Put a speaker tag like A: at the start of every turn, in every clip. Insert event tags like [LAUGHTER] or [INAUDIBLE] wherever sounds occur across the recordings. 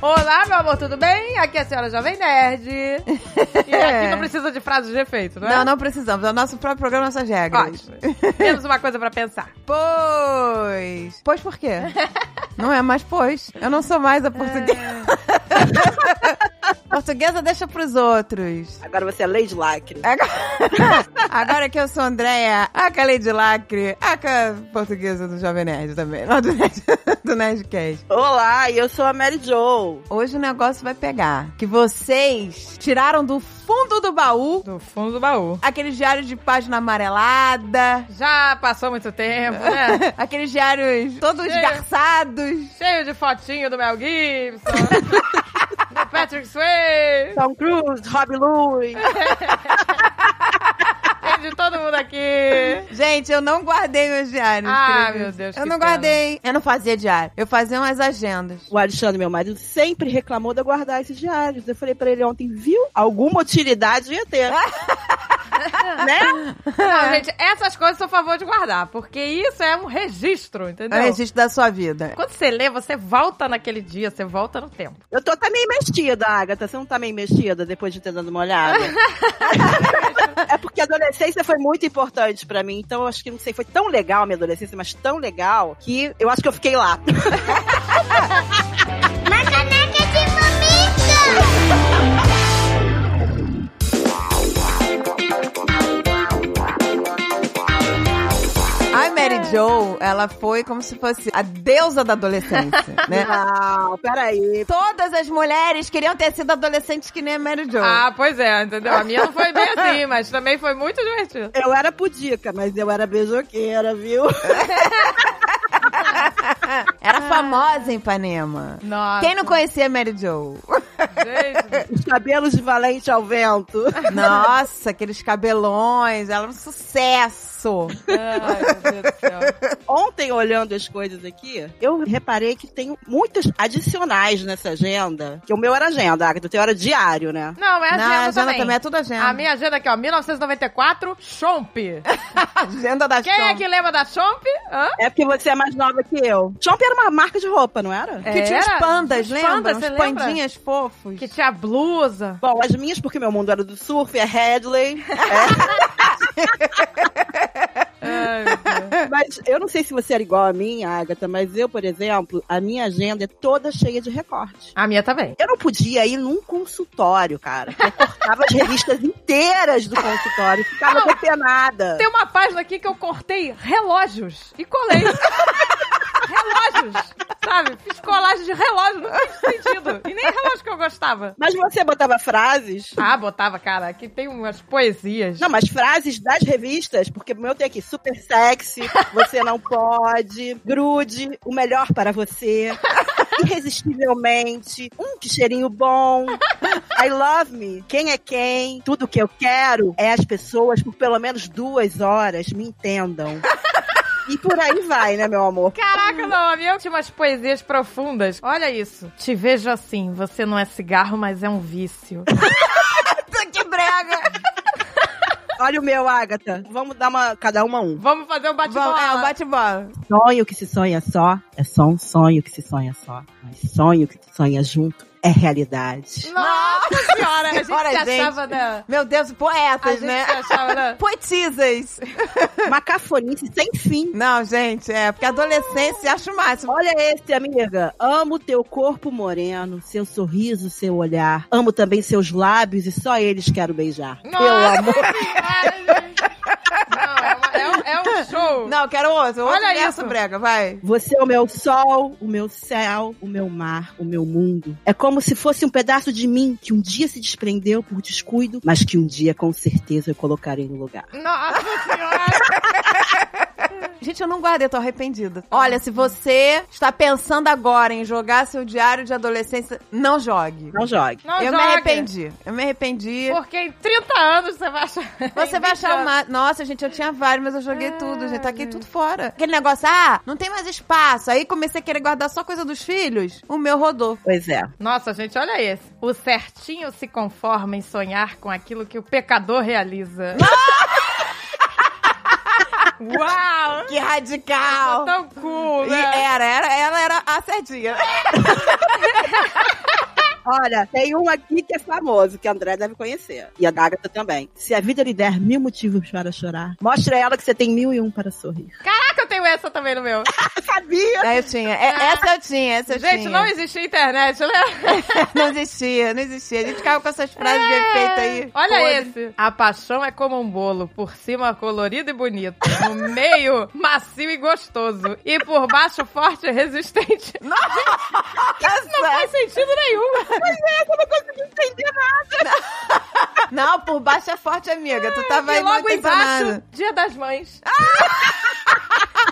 A: Olá, meu amor, tudo bem? Aqui é a senhora Jovem
B: [LAUGHS]
A: Nerd. E aqui não precisa de frases de efeito, não é?
B: Não, é não precisamos. É o nosso próprio programa, nossas regras.
A: Ótimo. Temos uma coisa pra pensar.
B: Pois. Pois por quê? [LAUGHS] não é mais pois. Eu não sou mais a [LAUGHS] portuguesa. É. portuguesa deixa pros outros.
C: Agora você é Lady Lacre.
B: Agora, [LAUGHS] agora que eu sou Andréia, a que é Lady Lacre, a que é portuguesa do Jovem Nerd também. Não, do, Nerd, [LAUGHS] do Nerdcast.
C: Olá, eu sou a Mary Jo.
B: Hoje o negócio vai pegar. Que vocês tiraram do fundo do baú
A: Do fundo do baú.
B: aqueles diários de página amarelada,
A: Já passou muito tempo, né?
B: [LAUGHS] aqueles diários todos
A: Cheio.
B: garçados.
A: Cheio de fotinho do Mel Gibson,
B: [LAUGHS]
A: do Patrick Swayze,
C: Tom Cruise, Rob Louis.
A: tem de todo mundo aqui.
B: Gente, eu não guardei meus diários.
A: Ah,
B: queridos.
A: meu Deus,
B: Eu
A: que
B: não
A: pena.
B: guardei. Eu não fazia diário. Eu fazia umas agendas.
C: O Alexandre, meu marido, sempre reclamou de eu guardar esses diários. Eu falei pra ele ontem, viu? Alguma utilidade ia [LAUGHS] ter. né?
A: Não, gente, essas coisas eu sou a favor de guardar, porque isso é um registro, entendeu?
B: É o registro da sua vida.
A: Quando você lê, você volta naquele dia, você volta no tempo.
C: Eu tô também mexida, Agatha. Você não tá meio mexida depois de ter dado uma [LAUGHS] olhada? é porque a adolescência foi muito importante pra mim. Então eu acho que, não sei, foi tão legal a minha adolescência, mas tão legal que eu acho que eu fiquei lá.
D: Uma caneca de mamica!
B: A
A: É.
B: Mary Jo, ela foi como se fosse a deusa
A: [LAUGHS]
B: da adolescência, né?
C: Não, peraí.
B: Todas as mulheres queriam ter sido adolescentes que nem a Mary Jo.
A: Ah, pois é, entendeu? A minha não foi bem assim, mas também foi muito divertido.
C: Eu era pudica, mas eu era beijoqueira, viu?
B: [LAUGHS]
C: [LAUGHS]
B: Era
A: Ah.
B: famosa em Ipanema.
A: Nossa,
B: Quem não conhecia a Mary
A: [LAUGHS]
B: Jo?
A: gente,
C: Os cabelos de valente ao vento.
B: Nossa, aqueles cabelões, ela era um sucesso.
A: ai, meu Deus do céu.
C: [LAUGHS] Ontem, olhando as coisas aqui, eu reparei que tem muitas adicionais nessa agenda. Que o meu era agenda, Agatha, o teu era diário, né?
A: Não, é a
B: Não, a
A: agenda
B: agenda
A: também.
B: também é tudo agenda. [LAUGHS]
A: A minha agenda aqui, ó, 1994, Chomp.
B: Agenda da
A: Quem é
B: Chomp.
A: que lembra da Chomp? Hã?
C: É porque você é mais nova que eu. É. Chomp era uma marca de roupa, não era?
B: Que tinha os
A: Era?
B: pandas,
A: Os
B: lembra?
A: pandas,
B: Os
A: você lembra?
B: pandinhas fofos.
A: Que tinha blusa.
C: Bom, as minhas, porque meu mundo era do surf, é [LAUGHS] Headley.
A: Ai, meu Deus.
C: mas eu não sei se você era igual a mim, Agatha, mas eu, por exemplo, a minha agenda é toda cheia de recorte.
A: a minha também.
C: Eu não podia ir num consultório, cara. Eu cortava as revistas inteiras do consultório, ficava
A: Não.
C: depenada.
A: Tem uma página aqui que eu cortei relógios e
B: [LAUGHS]
A: colei. relógios, sabe? Fiz colagem de relógio, não fez sentido. E nem relógio que eu gostava.
C: Mas você botava frases?
A: Ah, botava, cara, aqui tem umas poesias.
C: Não, mas frases das revistas, porque o meu tem aqui super sexy, você não pode, grude, o melhor para você, irresistivelmente, um que cheirinho bom, I love me, quem é quem, tudo que eu quero é as pessoas por pelo menos duas horas me entendam. E por aí vai, né, meu amor?
A: Caraca, não, a minha tinha umas poesias profundas. Olha isso. Te vejo assim, você não é cigarro, mas é um
B: [LAUGHS]
A: vício. tipo
B: que [LAUGHS] brega!
C: Olha o meu, Agatha. Vamos dar uma, cada uma um.
A: Vamos fazer um
B: Bom, é, o
A: bate-bola.
B: bate-bola.
C: Sonho que se sonha só é só um sonho que se sonha só. Mas sonho que se sonha junto é [LAUGHS] realidade.
A: Nossa senhora, a gente
B: Ora,
A: se
B: gente.
A: achava, né?
B: Meu Deus,
A: A
B: poetas,
A: gente
B: né?
A: se achava, né?
B: [LAUGHS] Poetisas.
C: Uma cafonice sem fim.
B: Não, gente, é porque adolescência acho o máximo.
C: Olha esse, amiga. Amo teu corpo moreno, seu sorriso, seu olhar. Amo também seus lábios e só eles quero beijar.
A: Nossa senhora, gente. Não, é, uma- é um- é um show.
B: Não, quero outro. outro
A: Olha
B: verso
A: isso.
B: brega, vai.
C: Você é o meu sol, o meu céu, o meu mar, o meu mundo. É como se fosse um pedaço de mim que um dia se desprendeu por descuido, mas que um dia com certeza eu colocarei no lugar.
A: Nossa senhora!
B: Gente, eu não guardei, tô arrependida. Olha, se você está pensando agora em jogar seu diário de adolescência, não jogue.
C: Não jogue.
A: Não
B: eu
A: joga.
B: me arrependi. Eu me arrependi.
A: Porque em 30 anos você vai achar.
B: Você
A: em
B: vai
A: 20
B: achar
A: anos.
B: uma. Nossa, gente, eu tinha vários, mas eu joguei tudo, gente. Taquei tudo fora. Aquele negócio, ah, não tem mais espaço. Aí comecei a querer guardar só coisa dos filhos. O meu rodou.
C: Pois é.
A: Nossa, gente, olha esse. O certinho se conforma em sonhar com aquilo que o pecador
B: [LAUGHS]
A: realiza. Uau!
B: Que radical!
A: Tão cool,
B: E é-
A: né?
B: era, era, ela era a certinha.
C: Olha, tem um aqui que é famoso, que a André deve conhecer. E a da Agatha também. Se a vida lhe der mil motivos para chorar, mostre a ela que você tem mil e um para sorrir.
A: Caraca, Ah, eu tenho essa também no meu.
C: Eu sabia!
B: É, eu tinha. É, essa eu tinha, essa eu
A: Gente,
B: tinha.
A: não existia internet, né?
B: não existia, não existia. A gente ficava com essas frases de efeito aí.
A: [LAUGHS] Olha
B: [LAUGHS] podre.
A: esse. A paixão é como um bolo, por cima colorido e bonito, no [LAUGHS] meio macio e gostoso, e por baixo forte e resistente. Não faz sentido nenhum.
B: Não, por baixo é forte, amiga. Tu tá tava aí
A: e logo
B: muito
A: embaixo,
B: enganada.
A: Dia das Mães. [LAUGHS]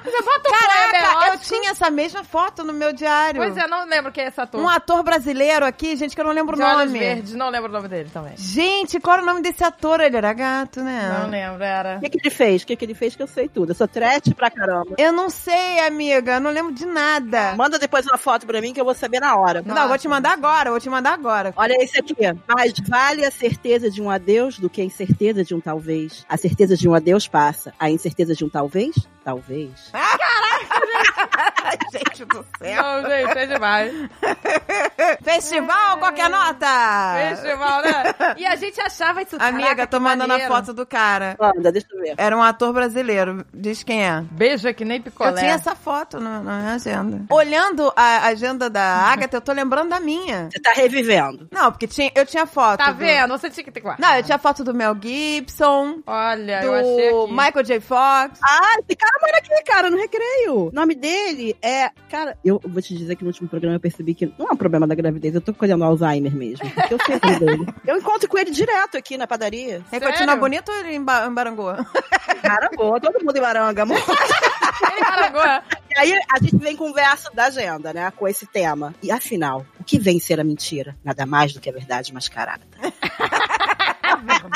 A: Você bota um poema
B: Ah! Caraca, eu
A: erótico.
B: tinha essa mesma foto no meu diário.
A: Pois é, não lembro quem é essa ator.
B: Um ator brasileiro aqui, gente, que eu não lembro o
A: de olhos
B: nome.
A: verdes, não lembro o nome dele também.
B: Gente, qual era o nome desse ator? Ele era gato, né?
A: Não lembro, era...
C: O que, que ele fez? O que, que ele fez que eu sei tudo? Eu sou trete pra caramba.
B: Eu não sei, amiga. Eu não lembro de nada.
C: Manda depois uma foto pra mim que eu vou saber na hora.
B: Não, eu vou te mandar agora, eu vou te
A: [LAUGHS]
B: mandar agora.
C: Olha esse aqui. Mais vale a certeza de um adeus do que a incerteza de um talvez. A certeza de um adeus passa. A incerteza de um talvez? Talvez.
B: Ai, gente do céu.
A: Não, gente, é demais.
B: [LAUGHS] Festival, qualquer nota!
A: Festival, né? E a gente achava isso
B: Ah. Amiga,
A: caraca,
B: tô
A: que
B: mandando a
A: maneiro.
B: foto do cara.
C: Manda, deixa eu ver.
B: Era um ator brasileiro. Diz quem é.
A: Beija que nem picolé.
B: Eu tinha essa foto na, na minha agenda. Olhando a agenda da Agatha, eu tô lembrando da minha.
C: Você tá revivendo.
B: Não, porque tinha, eu tinha foto.
A: Tá
B: do-
A: vendo? Você tinha que ter guardado.
B: Não, eu tinha foto do Mel Gibson,
A: Olha, eu achei
B: do
A: aqui.
B: Michael J. Fox.
C: Ah, esse cara mora aqui, cara, no recreio. O nome dele é. Cara, eu vou te dizer que no último programa eu percebi que não é um problema da gravidez, eu tô colhendo Alzheimer mesmo. porque Eu sei tudo dele. [LAUGHS] Eu encontro com ele direto aqui na padaria.
B: Ele
A: Sério?
B: continua bonito ou ele emba- embarangou?
C: É, Cara, boa, todo mundo em Baranga, amor.
A: Ei, Aragorn,
C: E aí a gente vem com o verso da agenda, né? Com esse tema. E afinal, o que vem ser a mentira? Nada mais do que a verdade mascarada.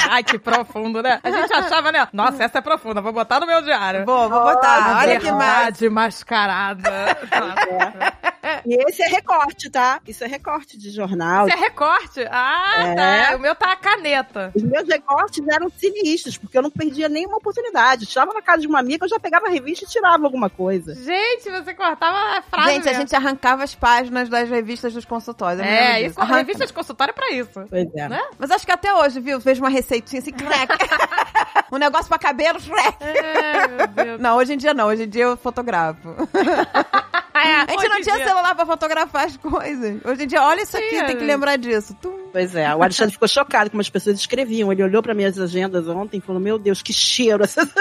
A: Ai, "É que profundo, né? A gente achava, né? Nossa, essa é profunda, vou botar no meu diário.
B: Vou, vou botar.
A: A
B: Olha que mais.
A: verdade mascarada.
B: [LAUGHS]
A: Tá,
C: E esse é recorte, tá? Isso é recorte de jornal.
A: Isso é recorte. Ah,
C: É.
A: tá. O meu tá a caneta.
C: Os meus recortes eram sinistros, porque eu não perdia nenhuma oportunidade. Estava na casa de uma amiga, eu já pegava a revista e tirava alguma coisa.
A: Gente, você cortava a frase
B: Gente, a
A: mesmo.
B: gente arrancava as páginas das revistas dos consultórios. né, eu me lembro
A: É,
B: disso.
A: isso,
B: Arranca-
A: revista de consultório é pra isso.
C: Pois é.
A: Né?
B: Mas acho que até hoje, viu? Fez uma receitinha
A: [LAUGHS]
B: assim, crack. um negócio pra cabelo, crack.
A: É, meu Deus.
B: Não, hoje em dia não. Hoje em dia eu fotografo.
A: [LAUGHS] É,
B: A gente não
A: hoje em
B: tinha
A: dia-
B: celular pra fotografar as coisas. Hoje em dia, olha isso aqui,
A: Tinha,
B: tem que
A: né?
B: lembrar disso. Tum.
C: Pois é. O Alexandre ficou chocado como as pessoas escreviam. Ele olhou para minhas agendas ontem e falou: Meu Deus, que cheiro [LAUGHS] essas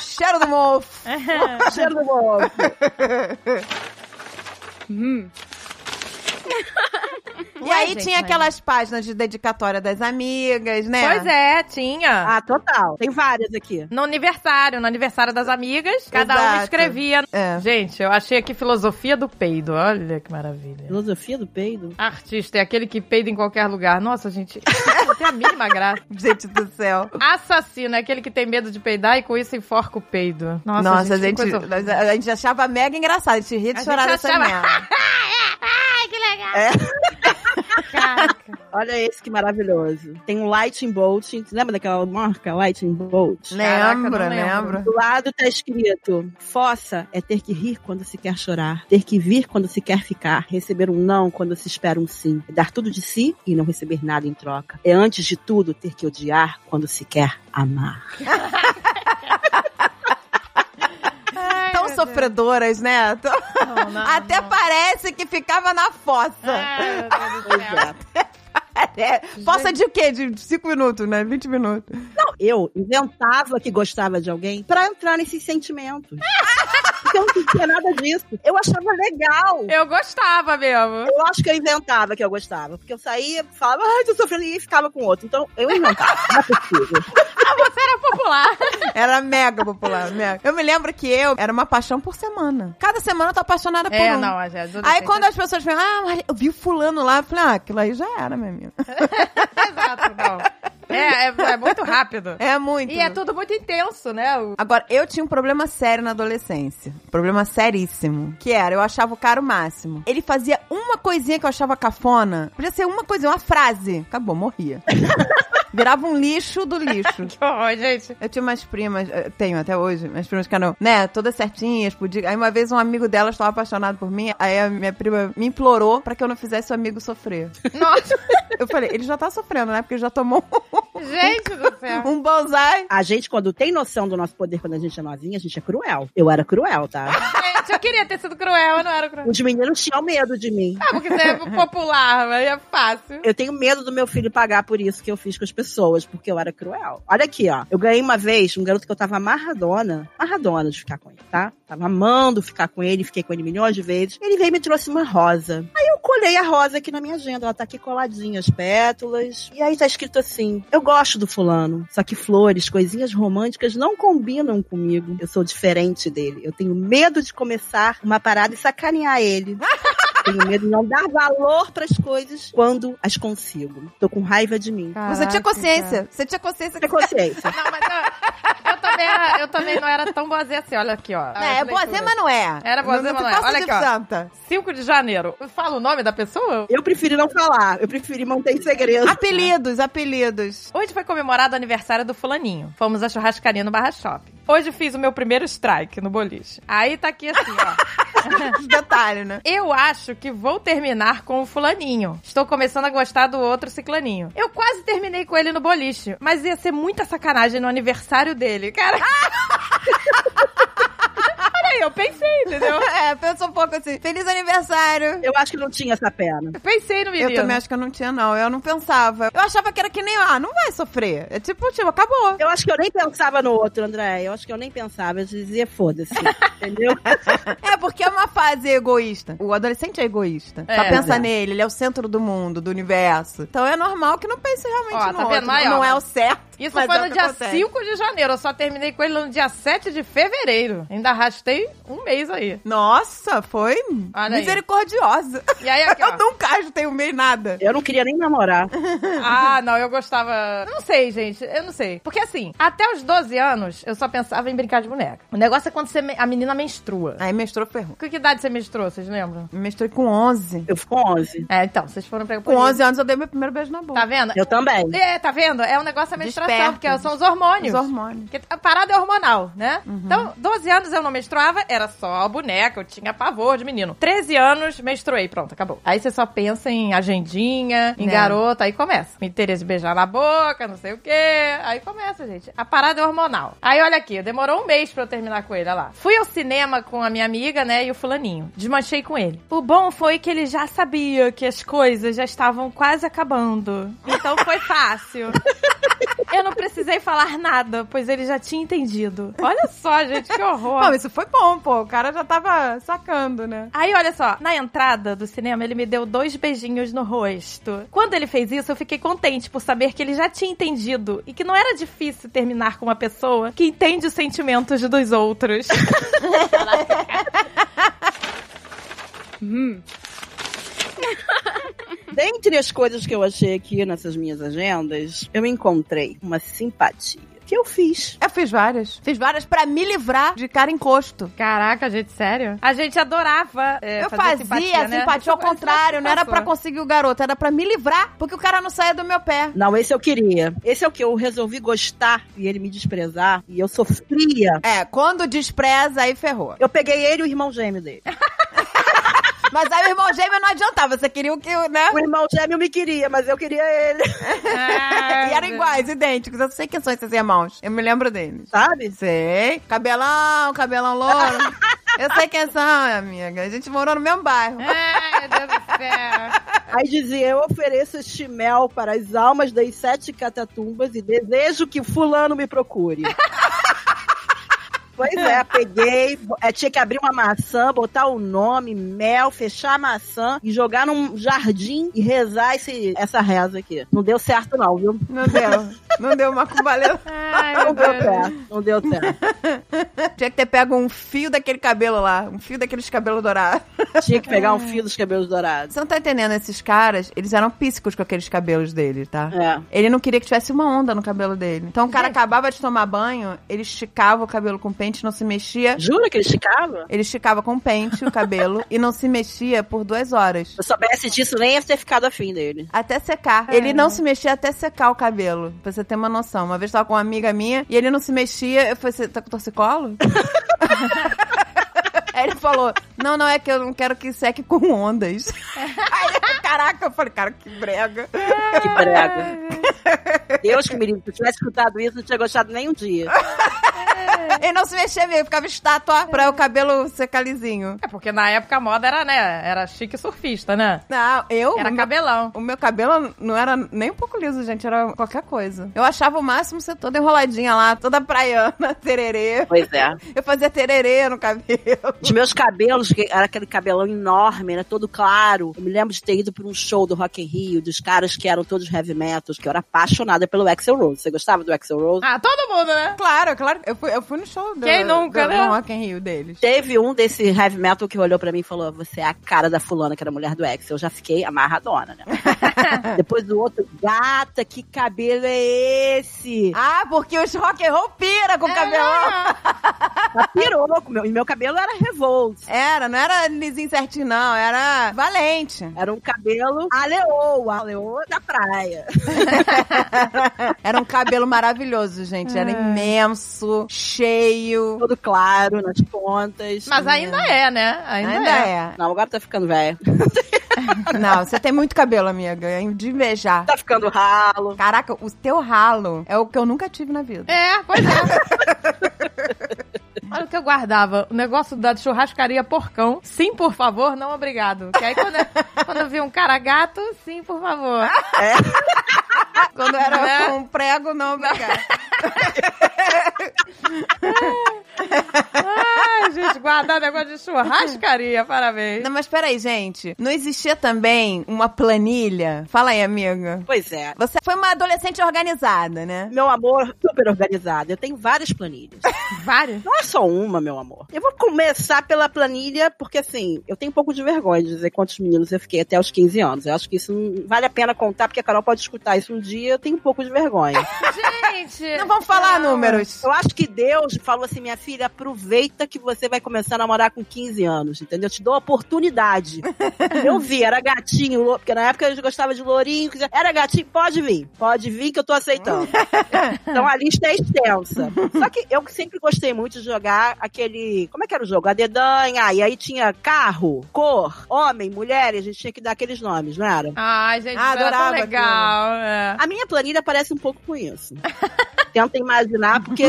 B: Cheiro
A: [LAUGHS]
B: do mofo.
C: Tá cheiro do ovo.
B: E aí
A: gente,
B: tinha
A: mas-
B: aquelas páginas de dedicatória das amigas, né?
A: Pois é, tinha.
C: Ah, total. Tem várias aqui.
A: No aniversário, no aniversário das amigas, cada
B: Exato.
A: uma escrevia.
B: É.
A: Gente, eu achei aqui filosofia do peido. Olha que maravilha.
C: Filosofia do peido.
A: Artista é aquele que peida em qualquer lugar. Nossa, gente, [LAUGHS] isso não tem a mínima graça.
B: Gente do céu.
A: Assassino é aquele que tem medo de peidar e com isso enforca o peido. Nossa,
B: Nossa,
A: gente, que
B: a,
A: coisa
B: gente,
A: horrível.
B: nós- a gente achava mega engraçado. A gente ria de
A: A
B: chorar
A: gente
B: dessa
A: achava- [LAUGHS]
B: merda.
D: Ai, que legal.
A: Caraca.
C: Olha esse que maravilhoso. Tem um Lightning Bolt. Você Lembra daquela marca Lightning Bolt?
A: Caraca, não
B: Lembra,
A: lembro.
B: lembra.
C: Do lado tá escrito: Fossa é ter que rir quando se quer chorar, ter que vir quando se quer ficar, receber um não quando se espera um sim, é dar tudo de si e não receber nada em troca. É antes de tudo ter que odiar quando se quer amar.
A: Ai,
B: Tão
A: meu
B: sofredoras, né? Tão-
A: Deus. Não, não,
B: Até
A: não.
B: parece que ficava na fossa.
A: Ai, meu Deus do céu.
B: [LAUGHS] É. Fossa de o quê? De 5 minutos, né? 20 minutos.
C: Não, eu inventava que gostava de alguém pra entrar nesses sentimentos. Eu não tinha nada disso. Eu achava legal.
A: Eu gostava mesmo.
C: Eu acho que eu inventava que eu gostava. Porque eu saía, falava, ai, tô sofrendo, e ficava com outro. Então, eu inventava. Não é possível.
A: Ah, Era popular.
B: Era mega popular, [LAUGHS] mega. Eu me lembro que eu era uma paixão por semana. Cada semana eu tô apaixonada por
A: É,
B: um.
A: não, é
B: Aí quando as pessoas falam, ah, Maria, eu vi o fulano lá, eu falei, ah, aquilo aí já era, meu amigo.
A: Exato, não. É, é, é muito rápido.
B: É muito.
A: E é tudo muito intenso, né? O-
B: Agora, eu tinha um problema sério na adolescência. Um Problema seríssimo. Que era, eu achava o cara o máximo. Ele fazia uma coisinha que eu achava cafona. Podia ser uma coisa, uma frase. Acabou, morria. [LAUGHS] Virava um lixo do lixo.
A: Que horror, gente.
B: Eu tinha umas primas, eh, tenho até hoje, umas primas que eram, né, todas certinhas, podia. Aí uma vez um amigo dela estava apaixonado por mim, aí a minha prima me implorou pra que eu não fizesse o amigo sofrer.
A: Nossa,
B: Eu falei, ele já tá sofrendo, né? Porque já tomou
A: gente do céu.
B: um bonsai.
C: A gente, quando tem noção do nosso poder quando a gente é novinha, a gente é cruel. Eu era cruel, tá?
A: Gente, eu queria ter sido cruel, eu não era cruel.
C: Os meninos tinham medo de mim.
A: Ah, porque você é popular, mas é fácil.
C: Eu tenho medo do meu filho pagar por isso que eu fiz com as pessoas, porque eu era cruel. Olha aqui, ó. Eu ganhei uma vez um garoto que eu tava amarradona, amarradona de ficar com ele, tá? Tava amando ficar com ele, fiquei com ele milhões de vezes. Ele veio e me trouxe uma rosa. Aí eu colei a rosa aqui na minha agenda, ela tá aqui coladinha, as pétalas. E aí tá escrito assim: Eu gosto do fulano, só que flores, coisinhas românticas não combinam comigo. Eu sou diferente dele. Eu tenho medo de começar uma parada e sacanear ele. Tenho medo de não dar valor pras coisas quando as consigo. Tô com raiva de mim.
B: Você
A: Caraca,
B: tinha consciência. Você tinha consciência que
C: Tem consciência.
A: Não, mas eu, eu também, era- eu também não era tão boazinha assim, olha aqui, ó.
B: É, é boazinha, mas não é.
A: Era boazinha, mas não
B: Não- não se
A: é.
B: passa
A: Olha
B: de
A: aqui, ó. [LAUGHS]
B: santa.
A: 5 de janeiro. Fala o nome da pessoa?
C: Eu prefiro não falar. Eu prefiro manter em segredo.
A: [LAUGHS]
B: Apelidos, apelidos. [LAUGHS]
A: Hoje foi comemorado o aniversário do fulaninho. Fomos à churrascaria no Barra Shopping. Hoje fiz o meu primeiro strike no boliche. Aí tá aqui assim,
B: [LAUGHS]
A: ó.
B: Os detalhes, né?
A: Eu acho que vou terminar com o fulaninho. Estou começando a gostar do outro ciclaninho. Eu quase terminei com ele no boliche, mas ia ser muita sacanagem no aniversário dele. Cara.
B: Ah!
A: [LAUGHS] Olha aí, eu pensei, entendeu?
B: É, pensa um pouco assim. Feliz aniversário.
C: Eu acho que não tinha essa perna.
A: Eu pensei no menino.
B: Eu também acho que eu não tinha, não. Eu não pensava. Eu achava que era que nem, ah, não vai sofrer. É tipo, tipo, acabou.
C: Eu acho que eu nem pensava no outro, André. Eu acho que eu nem pensava. Eu dizia, foda-se. Entendeu?
B: É porque é uma fase egoísta. O adolescente é egoísta.
A: É.
B: Só pensa
C: É.
B: nele, ele é o centro do mundo, do universo. Então é normal que não pense realmente
A: Ó,
B: no
A: tá vendo
B: outro.
A: aí, ó?
B: não é o certo.
A: Isso
B: mas
A: foi
B: é o
A: no
B: que
A: dia
B: acontece.
A: 5 de janeiro. Eu só terminei com ele no dia 7 de fevereiro. Ainda arrastei um mês aí.
B: Nossa, foi
A: Olha aí.
B: misericordiosa.
A: E aí, aqui, ó.
B: eu nunca acho, tenho meio nada.
C: Eu não queria nem namorar.
A: Ah, não, eu gostava. Eu não sei, gente. Eu não sei. Porque assim, até os 12 anos, eu só pensava em brincar de boneca. O negócio é quando você me- a menina menstrua.
B: Aí mestrou ferrou.
A: Com que idade você menstruou, vocês lembram?
B: Mestrei com 11.
C: Eu fico com 11.
A: É, então, vocês foram pegar
B: Com 11 anos eu dei meu primeiro beijo na boca.
A: Tá vendo?
C: Eu também.
A: É, tá vendo? É um negócio da menstruação,
B: Desperta.
A: porque são os hormônios.
B: Os hormônios.
A: Porque a parada é hormonal, né? Então, 12 anos eu não menstruava, era só a boneca, eu tinha pavor de menino. 13 anos, menstruei, pronto, acabou. Aí você só pensa em agendinha, em
B: Né.
A: garota, aí começa. Me interesse beijar na boca, não sei o quê. Aí começa, gente. A parada é hormonal. Aí olha aqui, demorou um mês pra eu terminar com ele, olha lá. Fui ao cinema com a minha amiga, né, e o fulaninho. Desmanchei com ele. O bom foi que ele já sabia que as coisas já estavam quase acabando. Então foi fácil. Eu não precisei falar nada, pois ele já tinha entendido. Olha só, gente, que
B: Bom,
A: horror.
B: isso foi bom, pô. O cara já tava sacando, né?
A: Aí, olha só, na entrada do cinema, ele me deu dois beijinhos no rosto. Quando ele fez isso, eu fiquei contente por saber que ele já tinha entendido e que não era difícil terminar com uma pessoa que entende os sentimentos dos
B: [LAUGHS]
A: outros.
C: Dentre as coisas que eu achei aqui nessas minhas agendas, eu encontrei uma simpatia. Que eu fiz.
B: Eu fiz várias. Fiz várias pra me livrar de cara encosto.
A: Caraca, gente, sério? A gente adorava. é,
B: eu
A: fazer
B: fazia
A: simpatia,
B: simpatia,
A: né?
B: ao
A: Isso- isso
B: contrário, não era
A: passou.
B: pra conseguir o garoto, era pra me livrar, porque o cara não saia do meu pé.
C: Não, esse eu queria. Esse é o que eu resolvi gostar e ele me desprezar. E eu sofria.
B: É, quando despreza, aí ferrou.
C: Eu peguei ele e o irmão gêmeo [LAUGHS] dele.
B: Mas aí o irmão gêmeo não adiantava, você queria o que, né?
C: O irmão gêmeo me queria, mas eu queria ele. [LAUGHS]
A: Ah,
B: [LAUGHS] E eram iguais, idênticos. Eu sei quem são esses irmãos. Eu me lembro deles.
C: Sabe?
B: Sei. Cabelão, cabelão louro. Eu sei quem são, minha amiga. A gente morou no mesmo bairro.
A: Ai, meu Deus do céu.
C: Aí dizia: Eu ofereço este mel para as almas das sete catatumbas e desejo que Fulano me procure. Pois é, peguei, é, tinha que abrir uma maçã, botar o nome, mel, fechar a maçã e jogar num jardim e rezar esse, essa reza aqui. Não deu certo, não, viu?
B: Não deu. Não deu uma cumbaleta.
A: Ai,
C: Não
A: meu
C: deu
A: Deus.
C: certo, não deu certo.
B: Tinha que ter pego um fio daquele cabelo lá, um fio daqueles cabelos dourados.
C: Tinha que pegar um fio dos cabelos dourados.
B: Você não tá entendendo, esses caras, eles eram píssicos com aqueles cabelos dele, tá?
C: É.
B: Ele não queria que tivesse uma onda no cabelo dele. Então o cara acabava de tomar banho, ele esticava o cabelo com pente, não se mexia.
C: Jura que ele esticava?
B: Ele esticava com pente o cabelo e não se mexia por duas horas.
C: Se eu soubesse disso, nem ia ter ficado afim dele.
B: Até secar. Ele não se mexia até secar o cabelo. Pra você ter uma noção. Uma vez tava com uma amiga minha e ele não se mexia. Eu falei, você tá com torcicolo? Aí ele falou, não, não, é que eu não quero que seque com ondas. Aí, eu, caraca, eu falei, cara, que brega.
C: Que [LAUGHS] brega. Deus que me livre. Se eu tivesse escutado isso, não tinha gostado nem um dia.
B: Ele não se mexia mesmo, ficava estátua pra o cabelo secar lisinho.
A: É porque na época a moda era, né? Era chique surfista, né?
B: Não, eu...
A: Era cabelão.
B: O meu cabelo não era nem um pouco liso, gente, era qualquer coisa. Eu achava o máximo ser toda enroladinha lá, toda praiana, tererê.
C: Pois é.
B: Eu fazia tererê no cabelo.
C: Os meus cabelos, que era aquele cabelão enorme, era todo claro. Eu me lembro de ter ido pra um show do Rock in Rio, dos caras que eram todos heavy metals, que eu era apaixonada pelo Axel Rose. Você gostava do Axel Rose?
A: Ah, todo mundo, né?
B: Claro, claro. Eu fui, eu fui no show do,
A: Quem nunca,
B: do,
A: né?
B: do Rock in Rio deles.
C: Teve um desse heavy metal que olhou pra mim e falou: Você é a cara da fulana, que era a mulher do Axel. Eu já fiquei amarradona, [LAUGHS] né? Depois o outro, gata, que cabelo é esse?
B: Ah, porque os rock and roll pira
A: É,
B: com
A: né?
B: cabelão.
C: Ela pirou com meu. E meu cabelo era revolt.
B: Era, não era lisinho certinho, não. Era valente. [LAUGHS]
C: Era um cabelo a leoa, a leoa da praia.
B: Era um cabelo maravilhoso, gente. Era imenso, cheio.
C: [LAUGHS] Todo claro, nas pontas.
A: Mas ainda é, né? Ainda,
B: Ainda
A: é.
B: é.
C: Não, agora tá ficando velho.
B: Não, você tem muito cabelo, amiga. É de invejar.
C: Tá ficando ralo.
B: Caraca, o teu ralo é o que eu nunca tive na vida.
A: É, [LAUGHS] pois é. Olha o que eu guardava. O negócio da churrascaria porcão. Sim, por favor, não obrigado. Que aí quando [LAUGHS] eu, quando eu vi um cara gato, sim, por [LAUGHS] favor. É.
B: Quando
A: Né?
B: era um prego,
A: [LAUGHS]
B: não, obrigada.
A: Ai, gente, guardar negócio de churrascaria, parabéns.
B: Não, mas peraí, gente. Não existia também uma planilha? Fala aí, amiga.
C: Pois é.
B: Você foi uma adolescente organizada, né?
C: Meu amor, super organizado. Eu tenho várias planilhas.
A: Vários?
C: Não é só uma, meu amor. Eu vou começar pela planilha, porque assim, eu tenho um pouco de vergonha de dizer quantos meninos eu fiquei até os 15 anos. Eu acho que isso não vale a pena contar, porque a Carol pode escutar isso um dia. Eu tenho um pouco de vergonha.
A: Gente!
B: Não vamos falar
A: não.
B: números.
C: Eu acho que Deus falou assim, minha filha, aproveita que você vai começar a namorar com 15 anos, entendeu? Eu te dou
B: [LAUGHS]
C: a oportunidade. eu vi, era gatinho, lo- porque na época eu gostava de lourinho, que já- era gatinho, pode vir, pode vir que eu
B: [LAUGHS]
C: tô aceitando. então a lista é extensa. Só que eu sempre gostei muito de jogar aquele, como é que era o jogo? A dedanha, e aí tinha carro, cor, homem, mulher, e a gente tinha que dar aqueles nomes, não era?
A: Ai, gente,
B: Ah,
A: isso era tão
B: adorava
A: legal. é.
C: A minha planilha parece um pouco com isso. Tenta imaginar, porque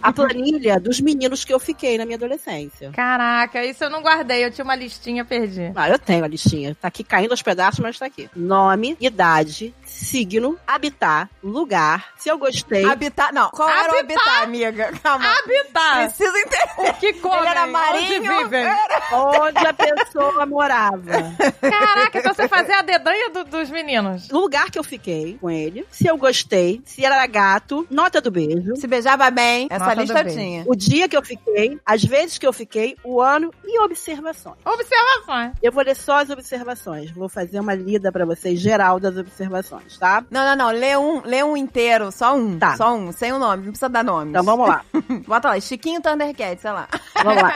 C: a planilha dos meninos que eu fiquei na minha adolescência.
A: Caraca, isso eu não guardei. Eu tinha uma listinha, perdi.
C: Ah, eu tenho a listinha. Tá aqui caindo aos pedaços, mas tá aqui. Nome, idade, signo, habitar, lugar, se eu gostei.
B: Habitar. Não, qual era o
A: Habitar? Ah.
B: habitar, amiga? Calma.
A: Habitar!
B: Preciso entender.
A: O que comem?
B: Ele era
A: Onde
B: marinho?
A: vivem?
C: onde a pessoa morava.
A: Caraca, então você fazia a dedanha do- dos meninos.
C: Lugar que eu fiquei com ele, se eu gostei, se era gato, nota do beijo.
B: Se beijava bem. Essa
A: Nota do
B: lista eu
A: bem.
B: tinha.
C: O dia que eu fiquei, as vezes que eu fiquei, o ano e observações.
A: Observações.
C: Eu vou ler só as observações. Vou fazer uma lida pra vocês geral das observações, tá?
B: Não, não, não. Lê um, lê um inteiro. Só um.
C: Tá.
B: Só um. Sem o nome. Não precisa dar nomes.
C: Então vamos lá,
B: Bota lá. Chiquinho Thundercat, sei lá.
C: vamos lá.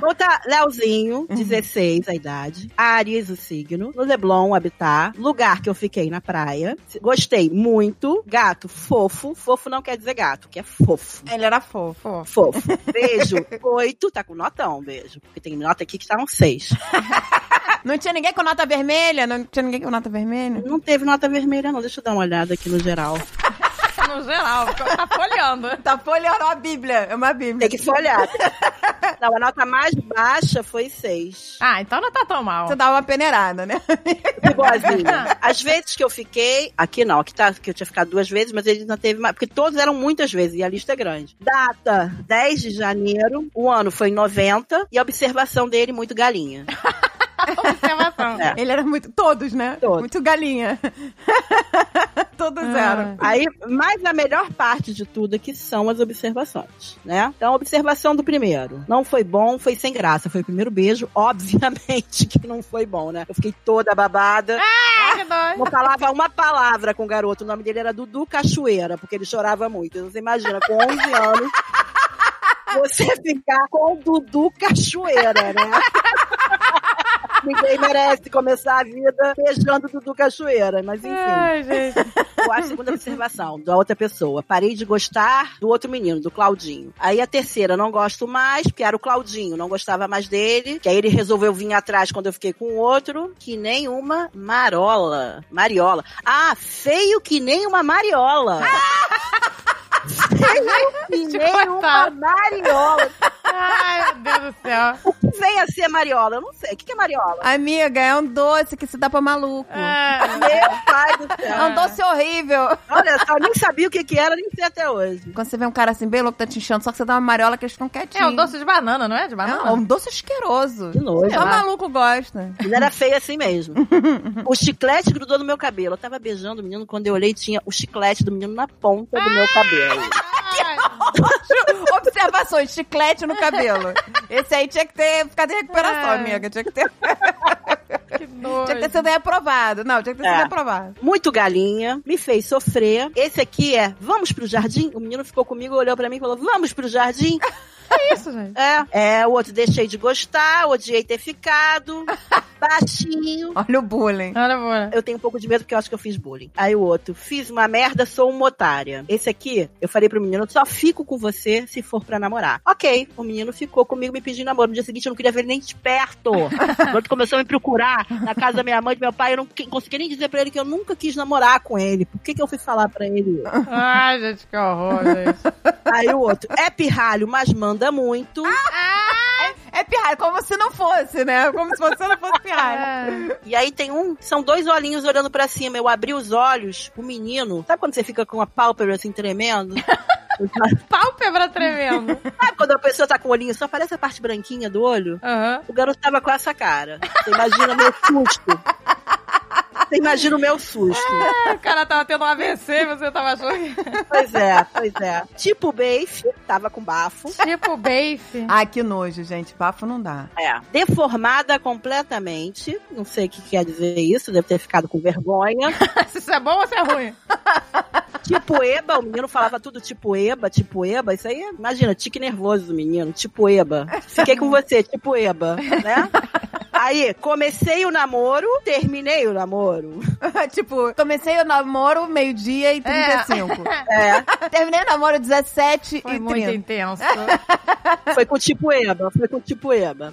C: Conta Leozinho, 16 a idade. Ares, o signo. No Leblon, o habitat. Lugar que eu fiquei na praia. Gostei muito. Gato, fofo. Fofo não quer dizer gato, que é fofo.
B: Ele era fofo.
A: Pô,
C: Fofo. Beijo, oito. Tá com notão, beijo. Porque tem nota aqui que tá um seis.
B: Ah, Não tinha ninguém com nota vermelha? Não tinha ninguém com nota vermelha?
C: Não teve nota vermelha, não. Deixa eu dar uma olhada aqui no geral.
A: no geral, tá folheando.
B: Tá folheando a Bíblia. É uma Bíblia.
C: Tem que folhar. Não, a nota mais baixa foi seis.
A: Ah, então não tá tão mal.
B: Você dá uma peneirada, né?
C: Igualzinho. assim. As vezes que eu fiquei. Aqui não, aqui tá, que eu tinha ficado duas vezes, mas ele não teve mais. Porque todos eram muitas vezes, e a lista é grande. Data: 10 de janeiro. O ano foi 90. E a observação dele, muito galinha.
A: Observação.
C: É.
B: Ele era muito. Todos, né?
C: Todos.
B: Muito galinha. [LAUGHS] todos
A: É. Ah.
B: eram.
C: Aí, mas a melhor parte de tudo aqui são as observações, né? Então, observação do primeiro. Não foi bom, foi sem graça. Foi o primeiro beijo, obviamente que não foi bom, né? Eu fiquei toda babada.
A: Ah. Ai, que dói.
C: Não falava uma palavra com o garoto. O nome dele era Dudu Cachoeira, porque ele chorava muito. Então, Você imagina, com 11 anos, você ficar com o Dudu Cachoeira, né? Ninguém merece começar a vida beijando o Dudu Cachoeira, mas enfim.
A: Ai, gente.
C: Ou a segunda observação da outra pessoa. Parei de gostar do outro menino, do Claudinho. Aí a terceira, não gosto mais, porque era o Claudinho, não gostava mais dele. Que aí ele resolveu vir atrás quando eu fiquei com o outro. Que nem uma marola. Mariola. Ah, feio que nem uma mariola. feio que nem uma
A: Coitado.
C: mariola.
A: Ai, meu Deus do céu.
C: O que vem a ser mariola? Eu não sei. O que que é mariola?
B: Amiga, é um doce que se dá pra maluco.
A: É.
C: Meu pai do
B: É
C: céu.
B: um doce horrível.
C: Olha só, eu nem sabia o que que era, nem sei até hoje.
B: Quando você vê um cara assim bem louco, tá te inchando, só que você dá uma mariola que eles ficam quietinhos.
A: É o doce É de banana, não é? De
B: É
A: banana?
B: um doce asqueroso.
C: Que nojo.
B: Só maluco gosta. [LAUGHS]
C: Mas era feio assim mesmo. O chiclete grudou no meu cabelo. Eu tava beijando o menino, quando eu olhei, tinha o chiclete do menino na ponta do meu cabelo.
A: Ah! Ai,
B: Observações, chiclete no cabelo. Esse aí tinha que ter ficado em recuperação,
A: É.
B: amiga. Tinha que ter,
A: que nojo.
B: tinha que ter sido reprovado. Não, tinha que ter
C: É.
B: sido reprovado.
C: Muito galinha, me fez sofrer. Esse aqui é, vamos pro jardim? O menino ficou comigo, olhou pra mim e falou, vamos pro jardim?
A: Que isso, gente?
C: É, é, o outro deixei de gostar, odiei ter ficado, baixinho.
B: Olha o bullying.
A: Olha, boa.
C: Eu tenho um pouco de medo porque eu acho que eu fiz bullying. Aí o outro, fiz uma merda, sou uma otária. Esse aqui, eu falei pro menino, só fico com você se for pra namorar. Ok, o menino ficou comigo me pedindo namoro. No dia seguinte eu não queria ver ele nem de perto. Quando começou a me procurar na casa da minha mãe, do meu pai, eu não que- consegui nem dizer pra ele que eu nunca quis namorar com ele. Por que, que eu fui falar pra ele?
A: Ai, gente, que horror, gente.
C: Aí o outro, é pirralho, mas manda muito.
B: É pirralho, como se não fosse, né? Como se você
A: [LAUGHS]
B: não fosse
A: É.
B: pirralho.
A: Ai.
C: E aí tem um, são dois olhinhos olhando pra cima. Eu abri os olhos, o menino, sabe quando você fica com a pálpebra assim tremendo?
A: Pálpebra tremendo.
C: Sabe quando a pessoa tá com o olhinho, só aparece a parte branquinha do olho?
A: Aham.
C: O garoto tava com essa cara. Você imagina o meu susto. Você imagina o meu susto.
A: Ai, [LAUGHS] O cara tava tendo um AVC, você tava achando que...
C: Pois é, pois é. Tipo o Bafe, tava com
B: Um
C: bafo.
A: Tipo [LAUGHS] Bafe.
B: Ai, que nojo, gente. Bafo não dá.
C: É. Deformada completamente. Não sei o que quer dizer isso, deve ter ficado com vergonha.
A: Se isso é bom ou se é ruim?
C: Tipo Eba, o menino falava tudo tipo Eba, tipo Eba. Isso aí, imagina, tique nervoso do menino, tipo Eba. Fiquei com você, tipo Eba, né? Aí, comecei o namoro, terminei o namoro.
B: [LAUGHS] tipo, comecei o namoro meio-dia e 35.
C: É,
B: Terminei o namoro 17
A: Foi
B: e
A: muito
B: 30.
A: intenso.
C: foi com tipo Eba, foi com tipo Eba.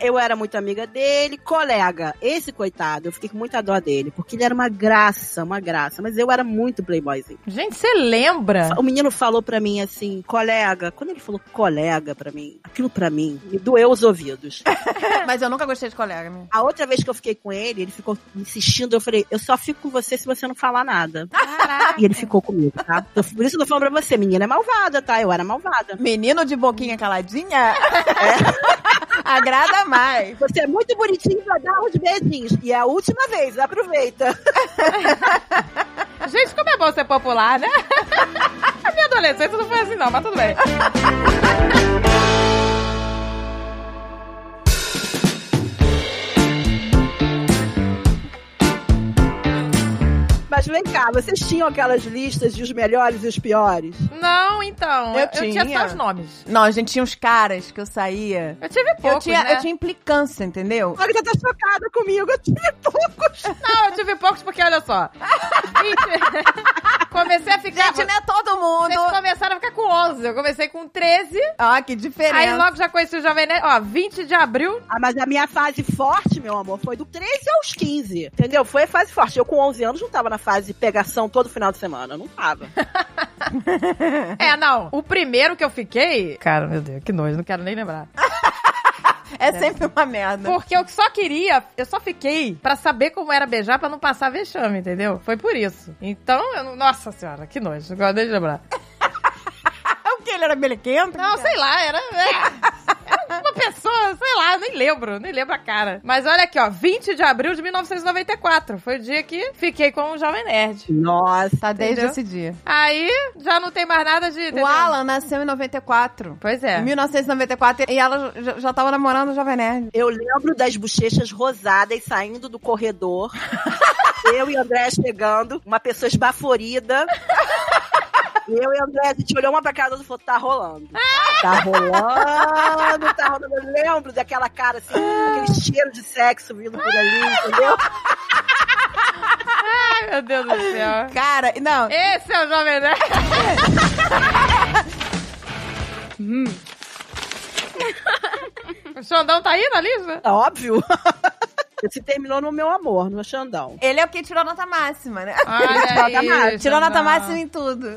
C: Eu era muito amiga dele, colega. Esse coitado, eu fiquei com muita dó dele, porque ele era uma graça, uma graça. Mas eu era muito playboyzinho.
A: Gente, você lembra?
C: O menino falou pra mim assim, colega. Quando ele falou colega pra mim, aquilo pra mim me doeu os ouvidos.
B: Mas eu nunca gostei de colega, minha.
C: A outra vez que eu fiquei com ele, ele ficou insistindo. Eu falei, eu só fico com você se você não falar nada.
A: Caraca.
C: E ele ficou comigo, tá? Tô- Por isso eu tô falando pra você, menina é malvada, tá? Eu era malvada.
B: Menino de boquinha [LAUGHS] caladinha? É. Agrada mais.
C: Você é muito bonitinho pra dar uns beijinhos. E é a última vez, aproveita. [LAUGHS]
A: Gente, como é bom ser popular,
B: [LAUGHS]
A: né? A minha adolescência não foi assim, não, mas tudo bem.
C: Mas vem cá, vocês tinham aquelas listas de os melhores e os piores?
A: Não, então. Eu,
B: Eu
A: eu tinha
B: tinha.
A: só os nomes.
B: Não, a gente tinha uns caras que eu saía.
A: Eu tive poucos,
B: eu, tinha,
A: né?
B: eu tinha implicância, entendeu?
C: Olha, tá chocada comigo, [LAUGHS] tipo. eu tive poucos.
A: Não, eu tive poucos porque, olha
B: [LAUGHS]
A: só. 20. [LAUGHS] Comecei a ficar...
B: Gente, não é todo
A: Vocês
B: mundo.
A: começaram a ficar com 11. Eu comecei com 13.
B: Ó, que diferença.
A: Aí logo já conheci o Jovem Nerd. Ó, 20 de abril.
C: Ah, mas a minha fase forte, meu amor, foi do 13 aos 15. Entendeu? Foi a fase forte. Eu com 11 anos não tava na fase de pegação todo final de semana, não tava.
A: É, não. O primeiro que eu fiquei... Cara, meu Deus, que nojo. Não quero nem lembrar.
B: É sempre uma merda.
A: Porque eu só queria, eu só fiquei pra saber como era beijar pra não passar vexame, entendeu? Foi por isso. Então, eu não- nossa senhora, que nojo. Agora deixa eu lembrar. Ah,
B: É o que? Ele era melequento?
A: Não, sei lá, [LAUGHS] era. é, Era uma pessoa, sei lá, nem lembro, nem lembro a cara. Mas olha aqui, ó, 20 de abril de 1994. Foi o dia que fiquei com o Jovem Nerd.
C: Nossa.
B: Tá desde
A: Entendeu?
B: esse dia.
A: Aí já não tem mais nada de. entendeu?
B: O Alan nasceu em 94.
A: Pois é.
B: Em 1994, e ela já, já tava namorando o Jovem Nerd.
C: Eu lembro das bochechas rosadas saindo do [LAUGHS] corredor. eu e André chegando, uma pessoa esbaforida. Eu e André, a gente olhou uma pra cara do outro e falou, tá [LAUGHS] rolando. Tá rolando, tá rolando. Eu lembro daquela cara assim, aquele cheiro de sexo vindo por ali, entendeu?
A: Ai, meu Deus do céu.
B: Cara, não,
A: Esse é o Jovem Nerd. Hum. [LAUGHS] O Xandão tá aí na lista?
C: [LAUGHS] É óbvio. [LAUGHS] Esse terminou no meu amor, no Xandão.
B: ele é o que tirou nota máxima, né?
A: Olha
C: Tirou nota
A: aí,
B: [LAUGHS]
C: máxima.
B: Tirou nota
A: Xandão.
B: máxima em tudo.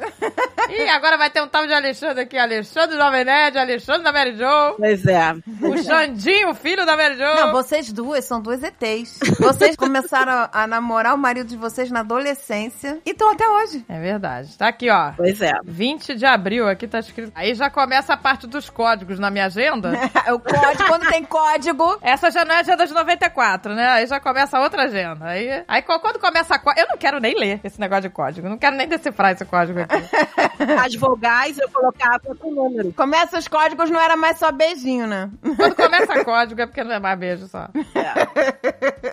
A: Ih, agora vai ter um tal de Alexandre aqui. Alexandre do Jovem Nerd, Alexandre da Mary Jo.
C: Pois é.
A: O Xandinho, filho da Mary Jo.
B: Não, vocês duas são duas ETs. Vocês começaram a- a namorar o marido de vocês na adolescência e estão até hoje.
A: É verdade. Tá aqui, ó.
C: Pois é.
A: 20 de abril, aqui tá escrito. Aí já começa a parte dos códigos na minha agenda.
B: É, o código, quando tem código.
A: Essa já não é agenda de 94, né? Aí já começa outra agenda. Aí, aí co- quando começa a. có- Eu não quero nem ler esse negócio de código. Não quero nem decifrar esse código aqui. [LAUGHS]
C: As vogais eu colocava com número.
B: Começa os códigos, não era mais só beijinho, né?
A: Quando começa código é porque não é mais beijo só.
C: É.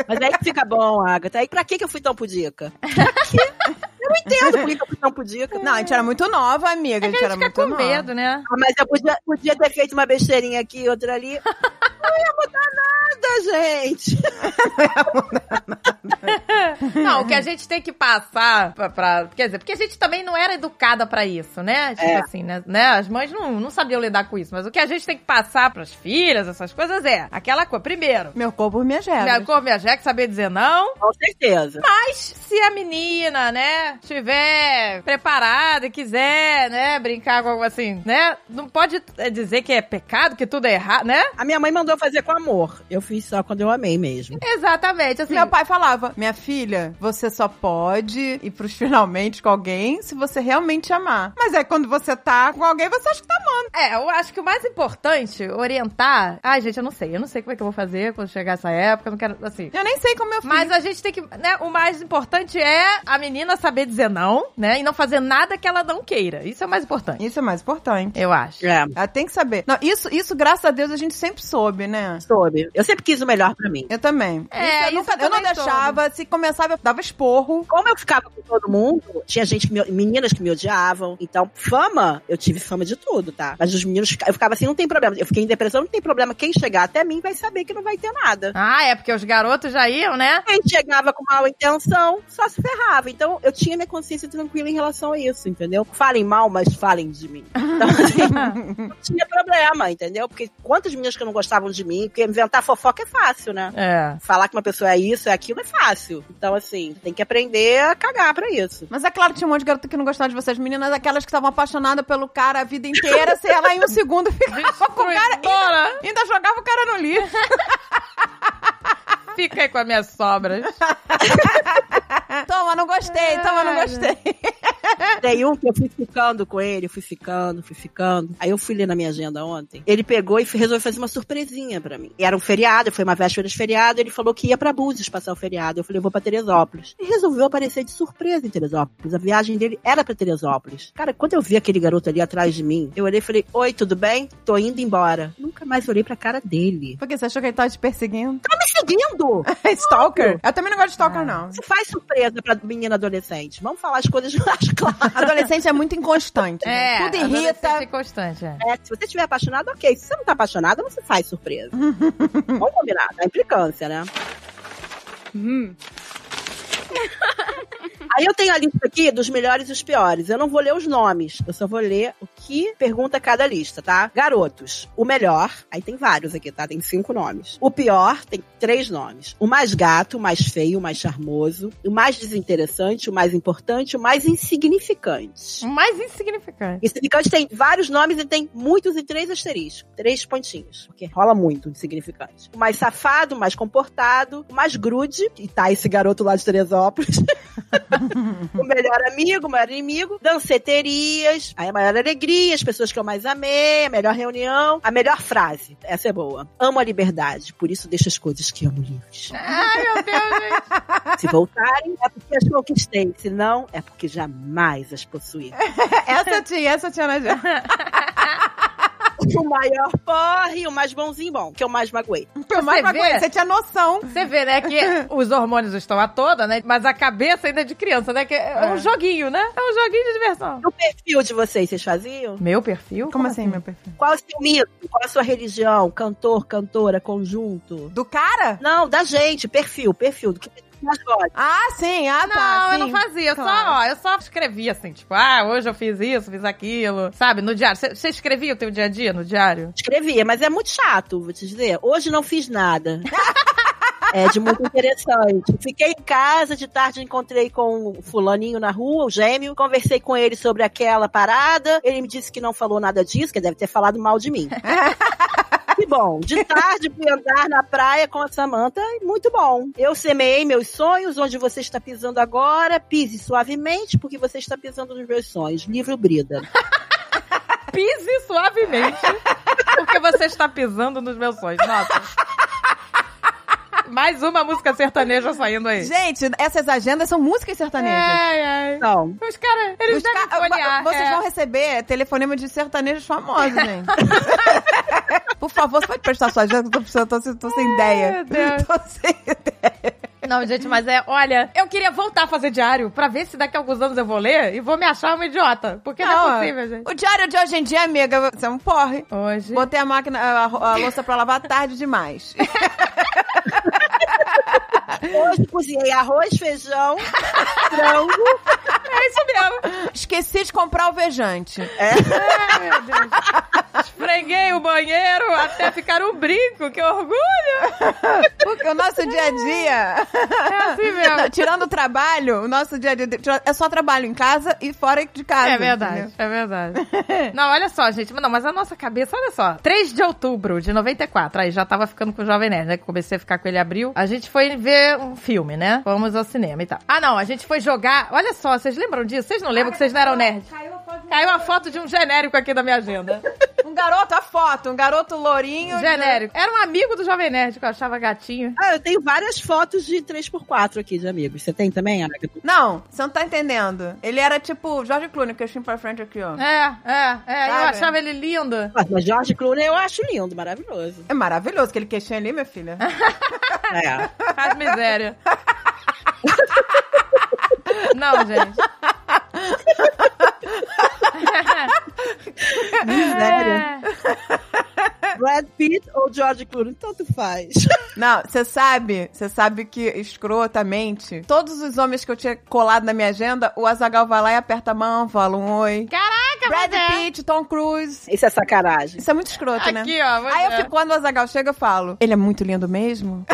C: Mas aí que fica bom, Agatha. Aí pra que que eu fui tão pudica? Pra quê? Eu não entendo por que que eu fui tão pudica.
B: Não, a gente era muito nova, amiga. A gente,
A: Porque a
B: era
A: gente fica
B: muito
A: com
B: nova.
A: medo, né?
C: Ah, Mas eu podia, podia ter feito uma besteirinha aqui e outra ali. Não ia mudar nada, gente.
A: [LAUGHS] Não, o que a gente tem que passar pra, pra- Quer dizer, porque a gente também não era educada pra isso, né? Tipo
C: É.
A: assim, né? né? As mães não, não sabiam lidar com isso. Mas o que a gente tem que passar pras filhas, essas coisas, é aquela coisa. Primeiro,
B: Meu corpo, minhas regras.
A: minha cor, minha jeca, saber dizer não.
C: Com certeza.
A: Mas se a menina, né, tiver preparada e quiser, né, brincar com algo assim, né, não pode eh, dizer que é pecado, que tudo é errado, né?
C: A minha mãe mandou fazer com amor. Eu fiz só quando eu amei mesmo.
A: Exatamente, assim.
B: Meu pai falava, minha filha, você só pode ir pros finalmente com alguém se você realmente amar. Mas aí quando você tá com alguém, você acha que tá amando.
A: É, eu acho que o mais importante, orientar. Ai, gente, eu não sei, eu não sei como é que eu vou fazer quando chegar essa época, eu não quero, assim.
B: Eu nem sei como eu fiz.
A: Mas a gente tem que, né, o mais importante é a menina saber dizer não, né, e não fazer nada que ela não queira. Isso é o mais importante,
B: Isso é mais importante.
A: eu acho.
C: É,
B: Ela tem que saber. Não, isso, isso, graças a Deus, a gente sempre soube, né?
C: soube. Eu sempre quis o melhor pra mim.
B: Eu também.
A: É,
B: eu, nunca,
A: isso eu
B: eu não
A: também
B: deixava. Se começava, eu dava esporro.
C: Como eu ficava com todo mundo, tinha gente que me, meninas que me odiavam. Então, fama, eu tive fama de tudo, tá? Mas os meninos, fica- eu ficava assim, não tem problema. Eu fiquei em depressão, não tem problema. Quem chegar até mim vai saber que não vai ter nada.
A: Ah, é porque os garotos já iam, [LAUGHS] né?
C: Quem chegava com mal intenção só se ferrava. Então, eu tinha minha consciência tranquila em relação a isso, entendeu? Falem mal, mas falem de mim. Então, assim, não tinha problema, entendeu? Porque quantas meninas que não gostavam de mim, porque inventar fofoca é fácil, né?
A: É.
C: Falar que uma pessoa é isso, é aquilo é fácil. Então, assim, tem que aprender a cagar pra isso.
B: Mas é claro que tinha um monte de garota que não gostava de vocês. Meninas, aquelas que estavam apaixonadas pelo cara a vida inteira, sei lá, em
A: [LAUGHS]
B: um segundo ficava com o cara.
A: Bora!
B: e Ainda jogava o cara no lixo.
A: [LAUGHS] Fica aí com as minhas sobras. É.
B: toma, não gostei, toma, não gostei.
C: Tem um que eu fui ficando com ele, fui ficando, fui ficando. Aí eu fui ler na minha agenda ontem. Ele pegou e f- resolveu fazer uma surpresinha pra mim. E era um feriado, foi uma véspera de feriado. Ele falou que ia pra Búzios passar o feriado. Eu falei, eu vou pra Teresópolis. E resolveu aparecer de surpresa em Teresópolis. A viagem dele era pra Teresópolis. Cara, quando eu vi aquele garoto ali atrás de mim, eu olhei e falei, oi, tudo bem? Tô indo embora. Nunca mais olhei pra cara dele.
B: Porque você achou que ele tava te perseguindo? [LAUGHS]
C: Tá me seguindo!
B: stalker? Eu também não gosto de stalker,
A: É.
B: não.
C: Você faz surpresa pra menina adolescente. Vamos falar as coisas [LAUGHS] mais claras.
B: Adolescente é muito inconstante. né?
A: É.
B: Tudo irrita.
A: adolescência constante, é.
C: É, se você estiver apaixonado, ok. Se você não tá apaixonado, não se faz surpresa. Vamos combinar, dá implicância, né? [LAUGHS] Aí eu tenho a lista aqui dos melhores e os piores. Eu não vou ler os nomes, eu só vou ler o que pergunta cada lista, tá? Garotos, o melhor, aí tem vários aqui, tá? Tem cinco nomes. O pior, tem três nomes. O mais gato, o mais feio, o mais charmoso. O mais desinteressante, o mais importante, o mais insignificante.
A: O Mais insignificante.
C: Insignificante tem vários nomes e tem muitos e três asteriscos. Três pontinhos. Porque rola muito insignificante. O mais safado, o mais comportado, o mais grude. E tá esse garoto lá de Teresópolis. [LAUGHS] o melhor amigo, o maior inimigo, danceterias, aí a maior alegria, as pessoas que eu mais amei, a melhor reunião, a melhor frase. Essa é boa. Amo a liberdade, por isso deixo as coisas que amo livres.
A: Ai, meu Deus, gente.
C: Se voltarem, é porque as conquistei. Se não, é porque jamais as possuí.
B: Essa eu tinha, essa eu tinha
A: [LAUGHS]
B: na gente.
C: [LAUGHS] O maior porre, o mais bonzinho, bom, que eu mais magoei.
A: Você vê,
B: Você tinha noção.
A: Você vê, né,
B: [LAUGHS]
A: que os hormônios estão à toda, né? Mas a cabeça ainda é de criança, né? Que é, um joguinho, né? É um joguinho de diversão.
C: E O perfil de vocês, vocês faziam?
A: Meu perfil?
B: Como assim, meu perfil?
C: Qual o seu mito? Qual a sua religião? Cantor, cantora, conjunto?
B: Do cara?
C: Não, da gente, perfil, perfil, do que mais gosta.
B: Ah, sim, ah,
A: Não,
B: tá.
A: eu não
B: sim.
A: fazia. eu Só,
B: Claro.
A: ó, eu só escrevia assim, tipo, ah, hoje eu fiz isso, fiz aquilo. Sabe, no diário. Você escrevia o teu dia a dia no diário?
C: Escrevia, mas é muito chato, vou te dizer. Hoje não fiz nada. É de muito interessante. Fiquei em casa, de tarde encontrei com o fulaninho na rua, o gêmeo. Conversei com ele sobre aquela parada. Ele me disse que não falou nada disso, que deve ter falado mal de mim. Que bom. De tarde fui andar na praia com a Samanta. Muito bom. Eu semeei meus sonhos onde você está pisando agora. Pise suavemente porque você está pisando nos meus sonhos. Livro Brida.
A: Pise suavemente, porque você está pisando nos meus sonhos. Nossa. Mais uma música sertaneja saindo aí.
B: Gente, essas agendas são músicas sertanejas.
A: Ai, ai.
C: Então,
A: Os caras, É, eles
B: Os
A: devem
B: ca-
A: folhear.
B: vocês
A: é.
B: vão receber telefonema de sertanejos
A: [LAUGHS]
B: famosos, gente. Por favor, você pode prestar sua agenda, que eu tô, precisando- tô, sem- tô sem ideia.
A: meu Deus.
B: Tô sem ideia.
A: Não, gente, mas é, olha, eu queria voltar a fazer diário pra ver se daqui a alguns anos eu vou ler e vou me achar uma idiota. Porque não, é possível, gente.
B: O diário de hoje em dia, amiga, você é um porre.
A: Hoje.
B: Botei a máquina, a, a louça pra lavar tarde demais.
C: hoje cozinhei arroz, feijão, frango.
A: É isso mesmo.
B: Esqueci de comprar o vejante.
A: Ai, meu Deus. Esfreguei o banheiro até ficar um brinco, que orgulho!
B: Porque o nosso dia a dia.
A: É assim
B: Não,
A: mesmo.
B: tirando o trabalho, o nosso dia a dia tira- é só trabalho em casa e fora de casa.
A: É verdade,
B: entendeu?
A: é verdade. [LAUGHS] Não, olha só, gente, mas não, mas a nossa cabeça, olha só. 3 de outubro de 94, aí já tava ficando com o Jovem Nerd, né? Que comecei a ficar com ele em abril. A gente foi ver um filme, né? Fomos ao cinema e tal. Ah, não, a gente foi jogar. Olha só, vocês lembram disso? Vocês não lembram que vocês não eram nerd? Caiu a foto de um genérico aqui da minha [LAUGHS] agenda.
B: Um garoto, a foto, um garoto lourinho.
A: genérico. Era um amigo do Jovem Nerd que eu achava gatinho.
C: Ah, eu tenho várias fotos de 3x4 aqui de amigos. Você tem também, Agatha?
B: Não, você não tá entendendo. Ele era tipo Jorge Clooney, que eu pra frente aqui, ó.
A: É, é, é. Eu
B: Sabe?
A: achava ele lindo.
C: Ah, Mas George Clooney eu acho lindo, maravilhoso.
B: É maravilhoso aquele queixinho ali, Né,
A: [LAUGHS]
B: minha filha.
C: É.
A: Faz [LAUGHS] miséria. Não, gente.
C: Sério.
A: É.
C: Brad Pitt ou George Clooney, tanto faz.
B: Não, você sabe, você sabe que escrotamente, todos os homens que eu tinha colado na minha agenda, o Azagal vai lá e aperta a mão, fala um oi.
A: Caraca,
B: Brad
A: mas é.
B: Pitt, Tom Cruise.
C: Isso é sacanagem.
B: Isso é muito escroto, né?
A: Aqui, é. ó.
B: Aí eu fico, quando o Azagal chega, eu falo, ele é muito lindo mesmo?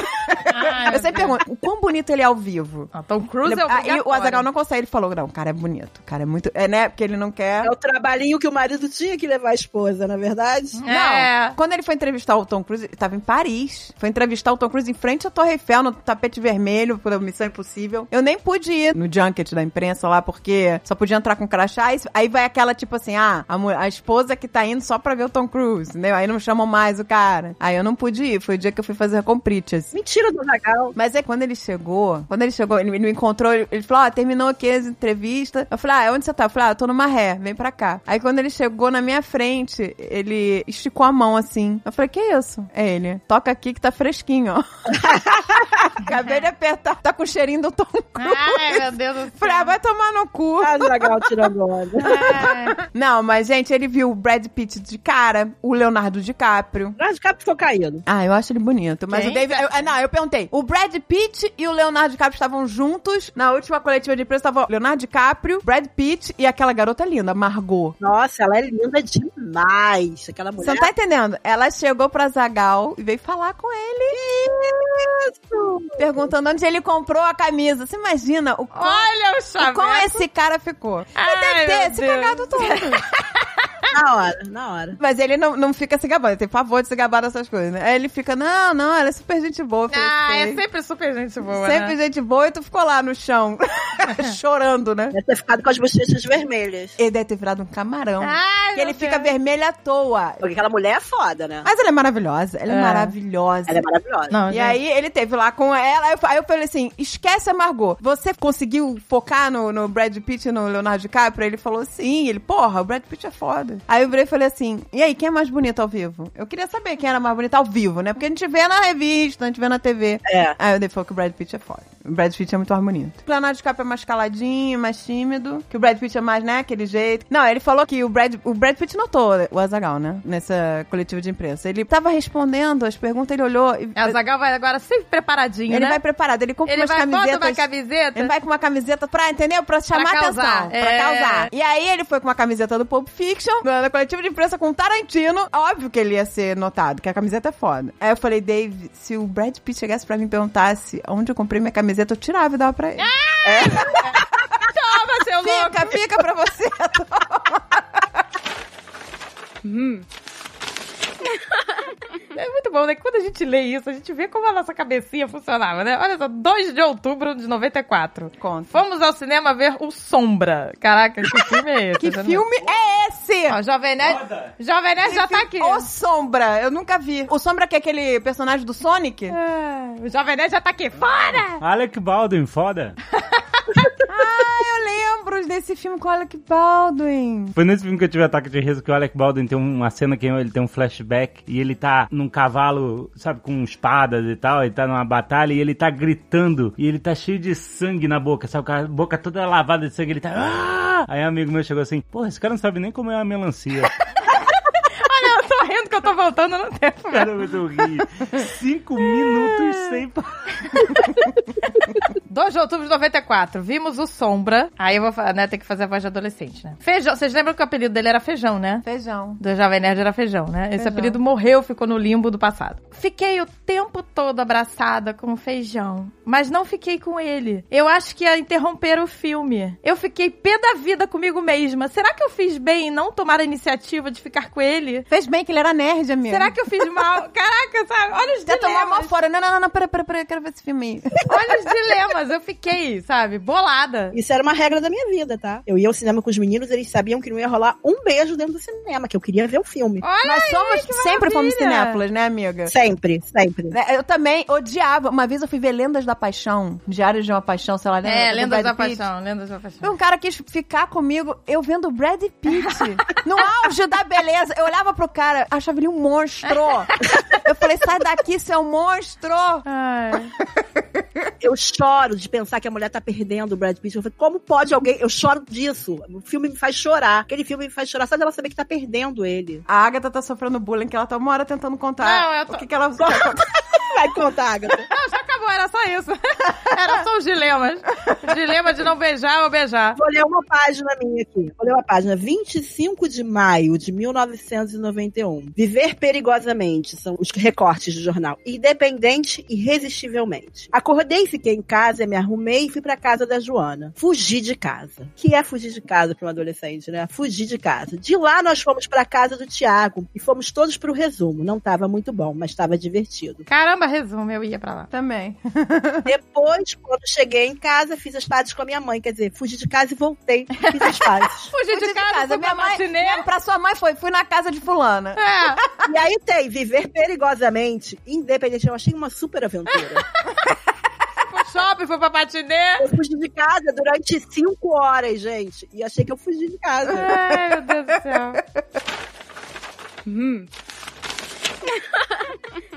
B: eu sempre pergunto, o quão bonito ele é ao vivo?
A: Ah, Tom Cruise
B: Ele-
A: é o
B: aí o Azagal não consegue, ele falou, não, o cara é bonito, o cara é muito. É, né? Porque ele não quer.
C: É o trabalhinho que o marido tinha que levar a esposa, na verdade.
A: Não.
B: Não,
A: É.
B: quando ele foi entrevistar o Tom Cruise, ele tava em Paris. Foi entrevistar o Tom Cruise em frente à Torre Eiffel, no tapete vermelho, pela Missão Impossível. Eu nem pude ir no junket da imprensa lá, porque só podia entrar com crachá. Aí- Aí vai aquela, tipo assim, ah, a, mu- a esposa que tá indo só pra ver o Tom Cruise, entendeu? Aí não chamam mais o cara. Aí eu não pude ir, foi o dia que eu fui fazer assim. compritas.
C: Mentira do Zagal.
B: Mas é quando ele chegou, quando ele chegou, ele me me encontrou, ele ele falou, ó, terminou aqui as entrevistas. Eu falei, ah, onde você tá? Eu falei, ah, eu tô numa ré, vem pra cá. Aí quando ele chegou na minha frente, ele esticou a mão assim. Eu falei, que isso? É ele, toca aqui que tá fresquinho, ó. [LAUGHS] Acabei de apertar, tá com o cheirinho do Tom Cruise.
A: Ai, meu Deus do
B: Falei, ah,
A: céu.
B: vai tomar no cu.
C: Ah, Zagal tirando onda.
A: Ai.
B: Não, mas, gente, ele viu o Brad Pitt de cara, o Leonardo DiCaprio.
C: Brad Cap foi caído.
B: Ah, eu acho ele bonito. Mas
A: Quem?
B: o David. eu- ah, não, eu perguntei. O Brad Pitt e o Leonardo DiCaprio estavam juntos. Na última coletiva de imprensa estavam Leonardo DiCaprio, Brad Pitt e aquela garota linda, Margot.
C: Nossa, ela é linda demais. Aquela
B: Você
C: mulher.
B: não tá entendendo? Ela chegou pra Zagal e veio falar com ele. Perguntando onde ele comprou a camisa. Você imagina o
A: [LAUGHS]
B: quão,
A: Olha o
B: o quão
A: chaveco.
B: esse cara ficou? Ele
A: Ai, meu
B: deve ter se
A: Deus. [LAUGHS]
B: cagado todo.
C: Na hora, na hora.
B: Mas ele não, não fica se gabando, ele tem pavor de se gabar dessas coisas, né? Aí ele fica, não, não, ela é super gente boa. Eu falei,
A: Ah, é
B: "Sei."
A: sempre super gente boa,
B: Sempre
A: né?
B: gente boa e tu ficou lá no
A: [LAUGHS]
B: chão, [LAUGHS] chorando, né?
C: Deve ter ficado com as bochechas vermelhas.
B: Ele deve ter virado um camarão.
A: Ai,
B: que ele
A: meu
B: fica
A: Deus.
B: vermelho à toa.
C: Porque aquela mulher é foda, né?
B: Mas ela é maravilhosa, ela é,
A: É.
B: maravilhosa.
C: Ela é maravilhosa.
A: Não,
B: E
A: gente.
B: aí ele teve lá com ela, aí eu, aí eu falei assim, esquece a Margot. Você conseguiu focar no, no Brad Pitt e no Leonardo DiCaprio? Ele falou sim, ele, porra, o Brad Pitt é foda. Aí eu virei e falei assim, e aí, quem é mais bonito ao vivo? Eu queria saber quem era mais bonito ao vivo, né? Porque a gente vê na revista, a gente vê na TV.
C: É.
B: Aí eu dei falou que o Brad Pitt é foda. O Brad Pitt é muito mais bonito. O Leonardo DiCaprio é mais caladinho, mais tímido. Que o Brad Pitt é mais, né, aquele jeito. Não, ele falou que o Brad, o Brad Pitt notou o Azagal, né? Nessa coletiva de imprensa. Ele tava respondendo as perguntas, ele olhou e.
A: A Zagal vai agora sempre preparadinho,
B: Ele
A: né?
B: vai preparado, ele compra
A: Ele
B: umas
A: vai
B: camisetas.
A: bota uma camiseta.
B: Ele vai com uma camiseta pra, entendeu? Pra chamar
A: causar,
B: atenção. Pra
A: é.
B: causar. E aí ele foi com uma camiseta do Pulp Fiction, na na coletiva de imprensa com o Tarantino. Óbvio que ele ia ser notado, que a camiseta é foda. Aí eu falei, Dave, se o Brad Pitt chegasse pra mim e perguntasse onde eu comprei minha camiseta, eu tirava e dava pra ele.
A: Toma, seu Ah, louco!
B: fica, fica pra você.
A: [LAUGHS] É muito bom, né? Quando a gente lê isso, a gente vê como a nossa cabecinha funcionava, né? Olha só, 2 de outubro de 94.
B: Conta.
A: Fomos ao cinema ver O Sombra. Caraca, que filme é esse?
B: Que
A: Você não-
B: filme é esse?
A: Ó, Jovem Nerd, Jovem Nerd já tá aqui.
B: O Sombra, eu nunca vi. O Sombra que é aquele personagem do Sonic?
A: Ah, O Jovem Nerd já tá aqui. Fora!
E: Alec Baldwin, foda.
B: Ah, eu lembro desse filme com o Alec Baldwin.
E: Foi nesse filme que eu tive ataque de riso que o Alec Baldwin tem uma cena que ele tem um flashback e ele tá num cavalo, sabe, com espadas e tal, ele tá numa batalha e ele tá gritando e ele tá cheio de sangue na boca, sabe, com a boca toda lavada de sangue, ele tá... "Ah!" Aí um amigo meu chegou assim, porra, esse cara não sabe nem como é uma melancia. [LAUGHS]
A: Olha, eu tô rindo que eu tô voltando no tempo. velho.
E: Caramba, eu ri. Cinco minutos sem parar.
A: 2 de outubro de 94, vimos o Sombra. Aí eu vou fa- né, ter que fazer a voz de adolescente, né? Feijão, vocês lembram que o apelido dele era Feijão, né?
B: Feijão.
A: Do Jovem Nerd era Feijão, né? Esse
B: Feijão.
A: apelido morreu, ficou no limbo do passado. Fiquei o tempo todo abraçada com o Feijão, mas não fiquei com ele. Eu acho que ia interromper o filme. Eu fiquei pé da vida comigo mesma. Será que eu fiz bem em não tomar a iniciativa de ficar com ele?
B: Fez bem que ele era nerd, amigo.
A: Será que eu fiz mal?
B: [LAUGHS]
A: Caraca, sabe? Olha os
B: Já tomou a mão
A: dilemas.
B: fora. Não, não, não, não, pera, pera, pera, eu quero ver esse filme aí.
A: Olha os dilemas. Eu fiquei, sabe, bolada.
C: Isso era uma regra da minha vida, tá? Eu ia ao cinema com os meninos, eles sabiam que não ia rolar um beijo dentro do cinema, que eu queria ver o filme.
A: Olha
B: Nós
A: aí,
B: somos,
A: que
B: sempre fomos
A: maravilha.
B: cinéfilas, né, amiga?
C: Sempre, sempre.
B: Né, Eu também odiava. Uma vez eu fui ver Lendas da Paixão, Diários de uma Paixão, sei lá, lembra?
A: É,
B: Do
A: lendas
B: Brad
A: da
B: Pitt.
A: paixão, lendas da paixão.
B: Um cara quis ficar comigo, eu vendo o Brad Pitt. no auge da beleza. Eu olhava pro cara, achava ele um monstro. Eu falei, sai daqui, seu monstro.
A: Ai.
C: Eu choro de pensar que a mulher tá perdendo o Brad Pitt. Eu falei, como pode alguém? Eu choro disso. O filme me faz chorar. Aquele filme me faz chorar. Só dela saber que tá perdendo ele.
B: A Agatha tá sofrendo bullying, que ela tá uma hora tentando contar
A: Não, tá eu tô-
B: o que, que ela...
C: Vai contar, Agatha.
A: Não, já acabou, era só isso. [LAUGHS] Era só os dilemas. Dilema de não beijar ou beijar.
C: Vou ler uma página minha aqui. Vou ler uma página. 25 de maio de 1991. Viver perigosamente são os recortes do jornal. Independente, irresistivelmente. Acordei, fiquei em casa, me arrumei e fui pra casa da Joana. Fugi de casa. Que é fugir de casa pra um adolescente, né? Fugir de casa. De lá nós fomos pra casa do Tiago e fomos todos pro resumo. Não tava muito bom, mas tava divertido.
A: Caramba, resumo, eu ia pra lá.
B: Também.
C: Depois, quando cheguei em casa, fiz as pazes com a minha mãe. Quer dizer, fugi de casa e voltei. Fiz as pazes.
A: Fugir de casa, fui pra
B: minha mãe,
A: matinê.
B: minha- pra sua mãe foi, fui na casa de fulana.
A: É,
C: E aí tem viver perigosamente, independente. Eu achei uma super aventura.
A: fui pro shopping, fui pra matinê.
C: Eu fugi de casa durante cinco horas, gente. E achei que eu fugi de casa.
A: Ai, meu Deus do céu. Então,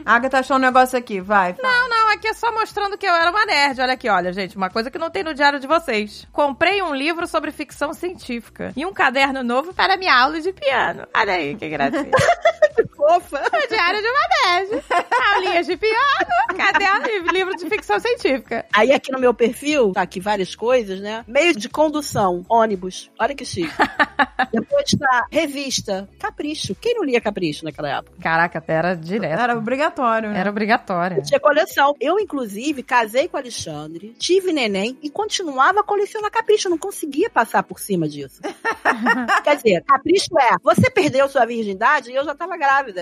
B: A Agatha achou um negócio aqui, vai. fala.
A: Não, não, aqui é só mostrando que eu era uma nerd. Olha aqui, olha, gente, uma coisa que não tem no diário de vocês. Comprei um livro sobre ficção científica e um caderno novo para minha aula de piano. Olha aí,
B: [LAUGHS]
A: que gracinha. É
C: Fofa.
A: O diário de uma nerd. Aulinhas de piano, caderno e livro de ficção científica.
C: Aí aqui no meu perfil, tá aqui várias coisas, né? Meio de condução, ônibus. Olha que chique. Depois tá revista, capricho. Quem não lia capricho naquela época?
A: Caraca, até era direto.
B: Era obrigatório, né?
A: É. Era obrigatória.
C: Tinha coleção. Eu, inclusive, casei com o Alexandre, tive neném e continuava a colecionar capricho. Eu não conseguia passar por cima disso. Quer dizer, capricho é, você perdeu sua virgindade e eu já tava grávida.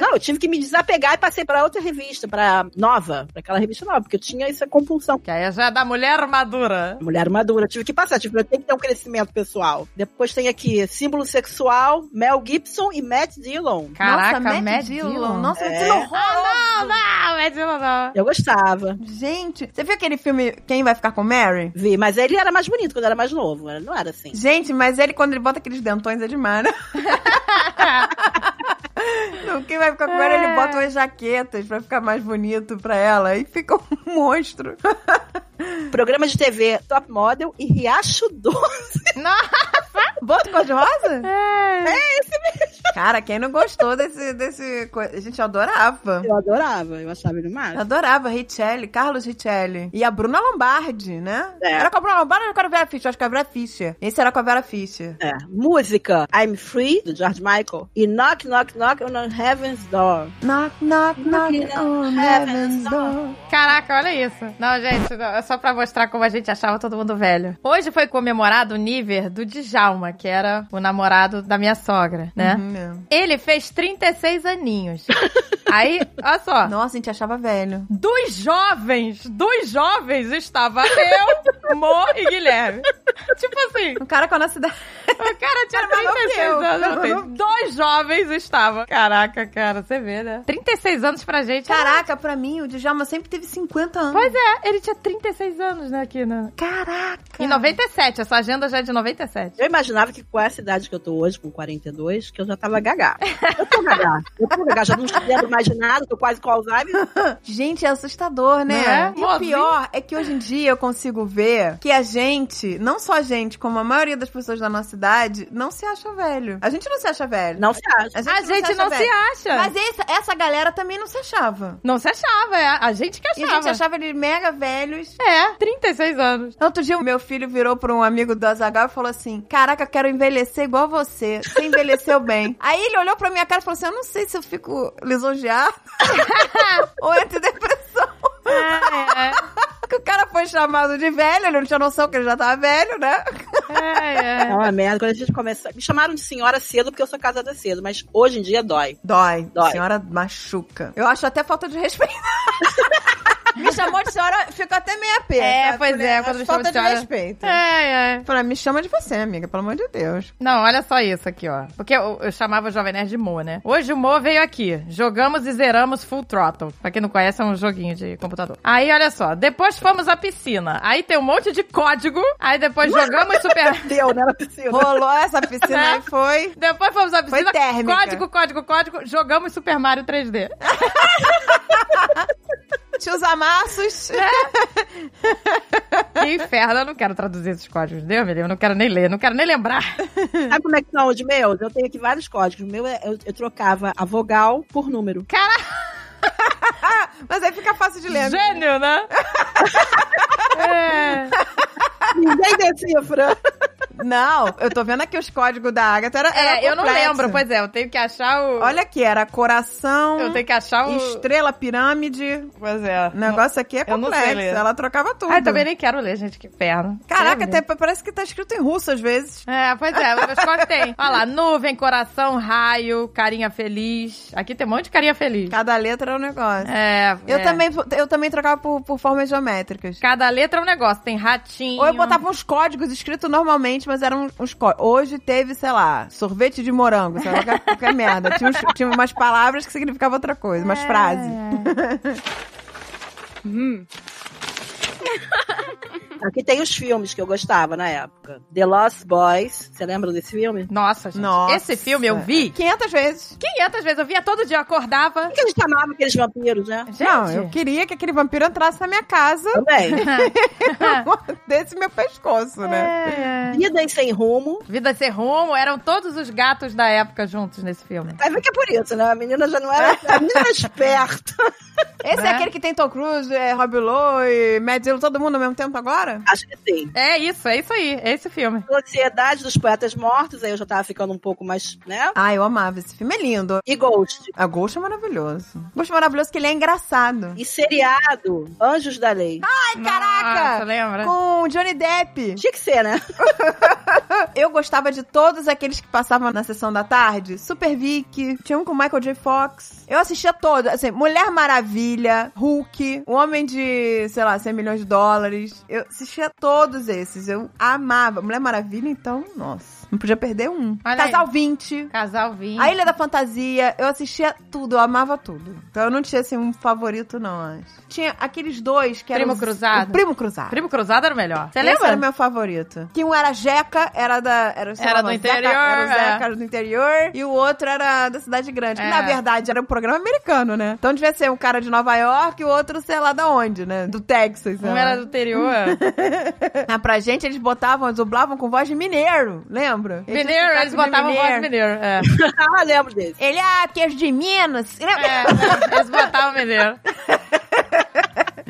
C: não, eu tive que me desapegar e passei pra outra revista, pra nova, pra aquela revista nova, porque eu tinha essa compulsão.
A: Que aí já é da mulher madura.
C: Mulher madura, tive que passar, tive, eu tenho que ter um crescimento pessoal. Depois tem aqui símbolo sexual, Mel Gibson e Matt Dillon.
A: Caraca, Ah,
B: Nossa, Matt Dillon. Nossa, Matt Dillon
A: Não, não, é de não.
C: Eu gostava.
B: Gente, você viu aquele filme Quem Vai Ficar com Mary?
C: Vi, mas ele era mais bonito quando era mais novo, ele não era assim.
B: Gente, mas ele, quando ele bota aqueles dentões, é [LAUGHS] demais, né? Então, quem vai ficar com Mary, ele bota umas jaquetas pra ficar mais bonito pra ela. E fica um [LAUGHS] monstro.
C: Programa de TV Top Model e Riacho Doce.
B: Boto cor-de-rosa? É. É esse mesmo. Cara, quem não gostou desse... desse co- A gente adorava.
C: Eu adorava, eu achava ele
B: Eu
C: massa.
B: Adorava Richelli, Carlos Richelli. E a Bruna Lombardi, né?
C: É.
B: Era com a Bruna Lombardi ou com a Vera Fischer? Acho que a Vera Fischer. Esse era com a Vera Fischer.
C: É. Música I'm Free, do George Michael, e Knock Knock Knock on Heaven's Door.
B: Knock, knock, knock,
C: Knock,
B: on
C: knock,
B: heaven's
C: heaven's
B: door.
A: Caraca, olha isso. Não, gente, não, é só pra mostrar como a gente achava todo mundo velho. Hoje foi comemorado o nível do Djalma, que era o namorado da minha sogra, né?
B: Uhum.
A: Ele fez 36 aninhos. [LAUGHS] Aí, olha só.
B: Nossa, a gente achava velho.
A: Dos jovens, dos jovens estava eu, Mo e Guilherme. Tipo assim,
B: Um cara com a nossa idade.
A: o cara tinha
B: Mas não
A: 36
B: deu,
A: anos.
B: não
A: ela fez.
B: deu.
A: Dois jovens estavam. Caraca, cara, você vê, né? 36 anos pra gente.
B: [LAUGHS] Caraca, pra mim, o Djalma sempre teve 50 anos.
A: Pois é, ele tinha 36 anos, né, aqui, né?
B: Caraca.
A: Em 97, essa agenda já é de 97.
C: Eu imaginava que com essa idade que eu tô hoje, com 42, que eu já tava gaga. Eu tô gaga. Eu tô gaga, já não estou lembro mais de nada, tô quase com Alzheimer.
B: Gente, é assustador, né?
A: Não é?
B: E o
A: Mozinho.
B: pior é que hoje em dia eu consigo ver que a gente, não só a gente, como a maioria das pessoas da nossa idade, não se acha velho. A gente não se acha velho.
C: Não se acha.
A: A gente não se
B: velho.
A: acha.
B: é. Mas essa, essa galera também não se achava.
A: Não se achava, é a gente que
B: E
A: achava.
B: a gente achava eles mega velhos.
A: É, 36 anos.
B: Outro dia, o meu filho virou pra um amigo do Azagal e falou assim: Caraca, eu quero envelhecer igual você. Você envelheceu [LAUGHS] bem. Aí ele olhou pra minha cara e falou assim: Eu não sei se eu fico [LAUGHS] lisonjeado ou entre depressão.
A: É,
B: Que o cara foi chamado de velho, ele não tinha noção que ele já tava velho, né?
A: [LAUGHS] é,
C: É
A: é.
C: uma merda. Quando a gente começa. Me chamaram de senhora cedo porque eu sou casada cedo, mas hoje em dia dói.
B: Dói.
C: Dói.
B: Senhora machuca. Eu acho até falta de respeito. me chamou de senhora, ficou até meia pé.
A: É,
B: sabe?
A: pois
B: Falei,
A: é,
B: acho
A: quando me chama de
B: falta
A: senhora-
B: respeito.
A: É, é.
B: Falei, me chama de você, amiga, pelo amor de Deus.
A: Não, olha só isso aqui, ó. Porque eu, eu chamava o Jovem Nerd de Mo, né? Hoje o Mo veio aqui. Jogamos e zeramos Full Throttle. Pra quem não conhece, é um joguinho de computador. Aí, olha só. Depois fomos à piscina. Aí tem um monte de código. Aí depois jogamos
B: [LAUGHS]
A: Super...
C: Deu, né? Na piscina.
B: Rolou essa
A: [LAUGHS] É.
B: piscina aí, foi.
A: Depois fomos à piscina.
B: térmica.
A: Código, código, código. Jogamos Super Mario
B: [LAUGHS]
A: 3D.
B: Tios
A: [LAUGHS]
B: amassos.
A: É. Que inferno, eu não quero traduzir esses códigos. Deus me livre, eu não quero nem ler, não quero nem
B: [LAUGHS]
A: lembrar.
C: Sabe como é que são os meus? Eu tenho aqui vários códigos. O meu é, eu, eu trocava a vogal por número.
B: Ah, Mas aí fica fácil de ler.
A: Gênio,
B: [LAUGHS]
A: né? é.
C: Ninguém decifra.
B: Não, eu tô vendo aqui os códigos da Agatha. Era,
A: É,
B: era
A: eu não
B: complexo.
A: lembro, pois é, eu tenho que achar o.
B: Olha aqui, era coração,
A: eu tenho que achar o.
B: estrela, pirâmide.
A: Pois é.
B: O negócio aqui é
A: eu não sei
B: complexo.
A: ler.
B: Ela trocava tudo.
A: Ah, eu também nem né? quero ler, gente, que perna.
B: Caraca, até parece que tá escrito em russo às vezes.
A: É, pois é, mas qual
B: [LAUGHS]
A: tem? Olha lá, nuvem, coração, raio, carinha feliz. Aqui tem um monte de carinha feliz.
B: Cada letra é um negócio.
A: É,
B: Eu,
A: é.
B: também, eu também trocava por, por formas geométricas.
A: Cada letra é um negócio, tem ratinho.
B: Ou eu botava uns códigos escritos normalmente, mas eram uns códigos. Hoje teve, sei lá, sorvete de morango, sei lá, qualquer, [LAUGHS] qualquer merda. Tinha, uns- tinha umas palavras que significavam outra
A: É.
B: coisa, umas frases.
C: Aqui tem os filmes que eu gostava na época. The Lost Boys. Você lembra desse filme?
A: Nossa, gente.
B: Nossa.
A: Esse filme eu vi
B: 500 vezes.
A: 500 vezes, eu via todo dia, eu acordava.
C: Como que eles chamavam aqueles vampiros, né?
A: Gente,
B: Não, eu queria que aquele vampiro entrasse na
A: [LAUGHS]
B: minha casa
C: Também.
B: e desse meu pescoço,
A: É.
B: né?
C: Vida e Sem Rumo.
A: Vida Sem Rumo, eram todos os gatos da época juntos nesse filme.
C: é Vai ver que é por isso, né? A menina já não era. A menina era esperta.
B: Esse é.
A: Né?
B: aquele que tem Tom Cruise, é, Rob Lowe e Matt Dillon, todo mundo ao mesmo tempo agora?
C: Acho que sim.
A: É isso, é isso aí. É esse filme.
C: Sociedade dos Poetas Mortos, aí eu já tava ficando um pouco mais, né?
B: Ah, eu amava esse filme, é lindo.
C: E Ghost.
B: A Ghost é maravilhoso. Ghost é maravilhoso que ele é engraçado.
C: E seriado, Anjos da Lei.
B: Ai, caraca!
A: Nossa, lembra?
B: Com o Johnny Depp.
C: Tinha que ser, né? [LAUGHS]
B: Eu gostava de todos aqueles que passavam na sessão da tarde. Super Vic, tinha um com Michael J. Fox. Eu assistia todos, assim, Mulher Maravilha, Hulk, O Homem de, sei lá, 100 milhões de dólares. Eu assistia todos esses, eu amava. Mulher Maravilha, então, nossa, não podia perder um.
A: Olha
B: Casal
A: aí.
B: 20.
A: Casal Vinho.
B: A Ilha da Fantasia, eu assistia tudo, eu amava tudo. Então eu não tinha, assim, um favorito, não, acho. Tinha aqueles dois que eram...
A: Primo
B: os-
A: Cruzado.
B: o Primo Cruzado.
A: Primo Cruzado era o melhor. Você
B: Esse era
A: lembra?
B: meu favorito. Que um era Jeca, era da. Era, sei
A: Era
B: lá,
A: do
B: mas Zeca-
A: interior,
B: era o
A: é.
B: Zeca, era do interior. E o outro era da cidade grande. Que,
A: É.
B: na verdade, era um programa americano, né? Então devia ser um cara de Nova York e o outro, sei lá da onde, né? Do Texas. sei
A: Um
B: lá.
A: era do interior.
B: [LAUGHS] Ah, pra gente, eles botavam, eles dublavam com voz de mineiro, lembra? Eles
A: mineiro,
B: tinham sotaque
A: eles botavam voz de mineiro.
B: [LAUGHS]
A: É.
C: ah, lembro desse.
B: Ele, ah, queijo de Minas. [LAUGHS] Lembra?
A: É, [LAUGHS] eles botavam mineiro.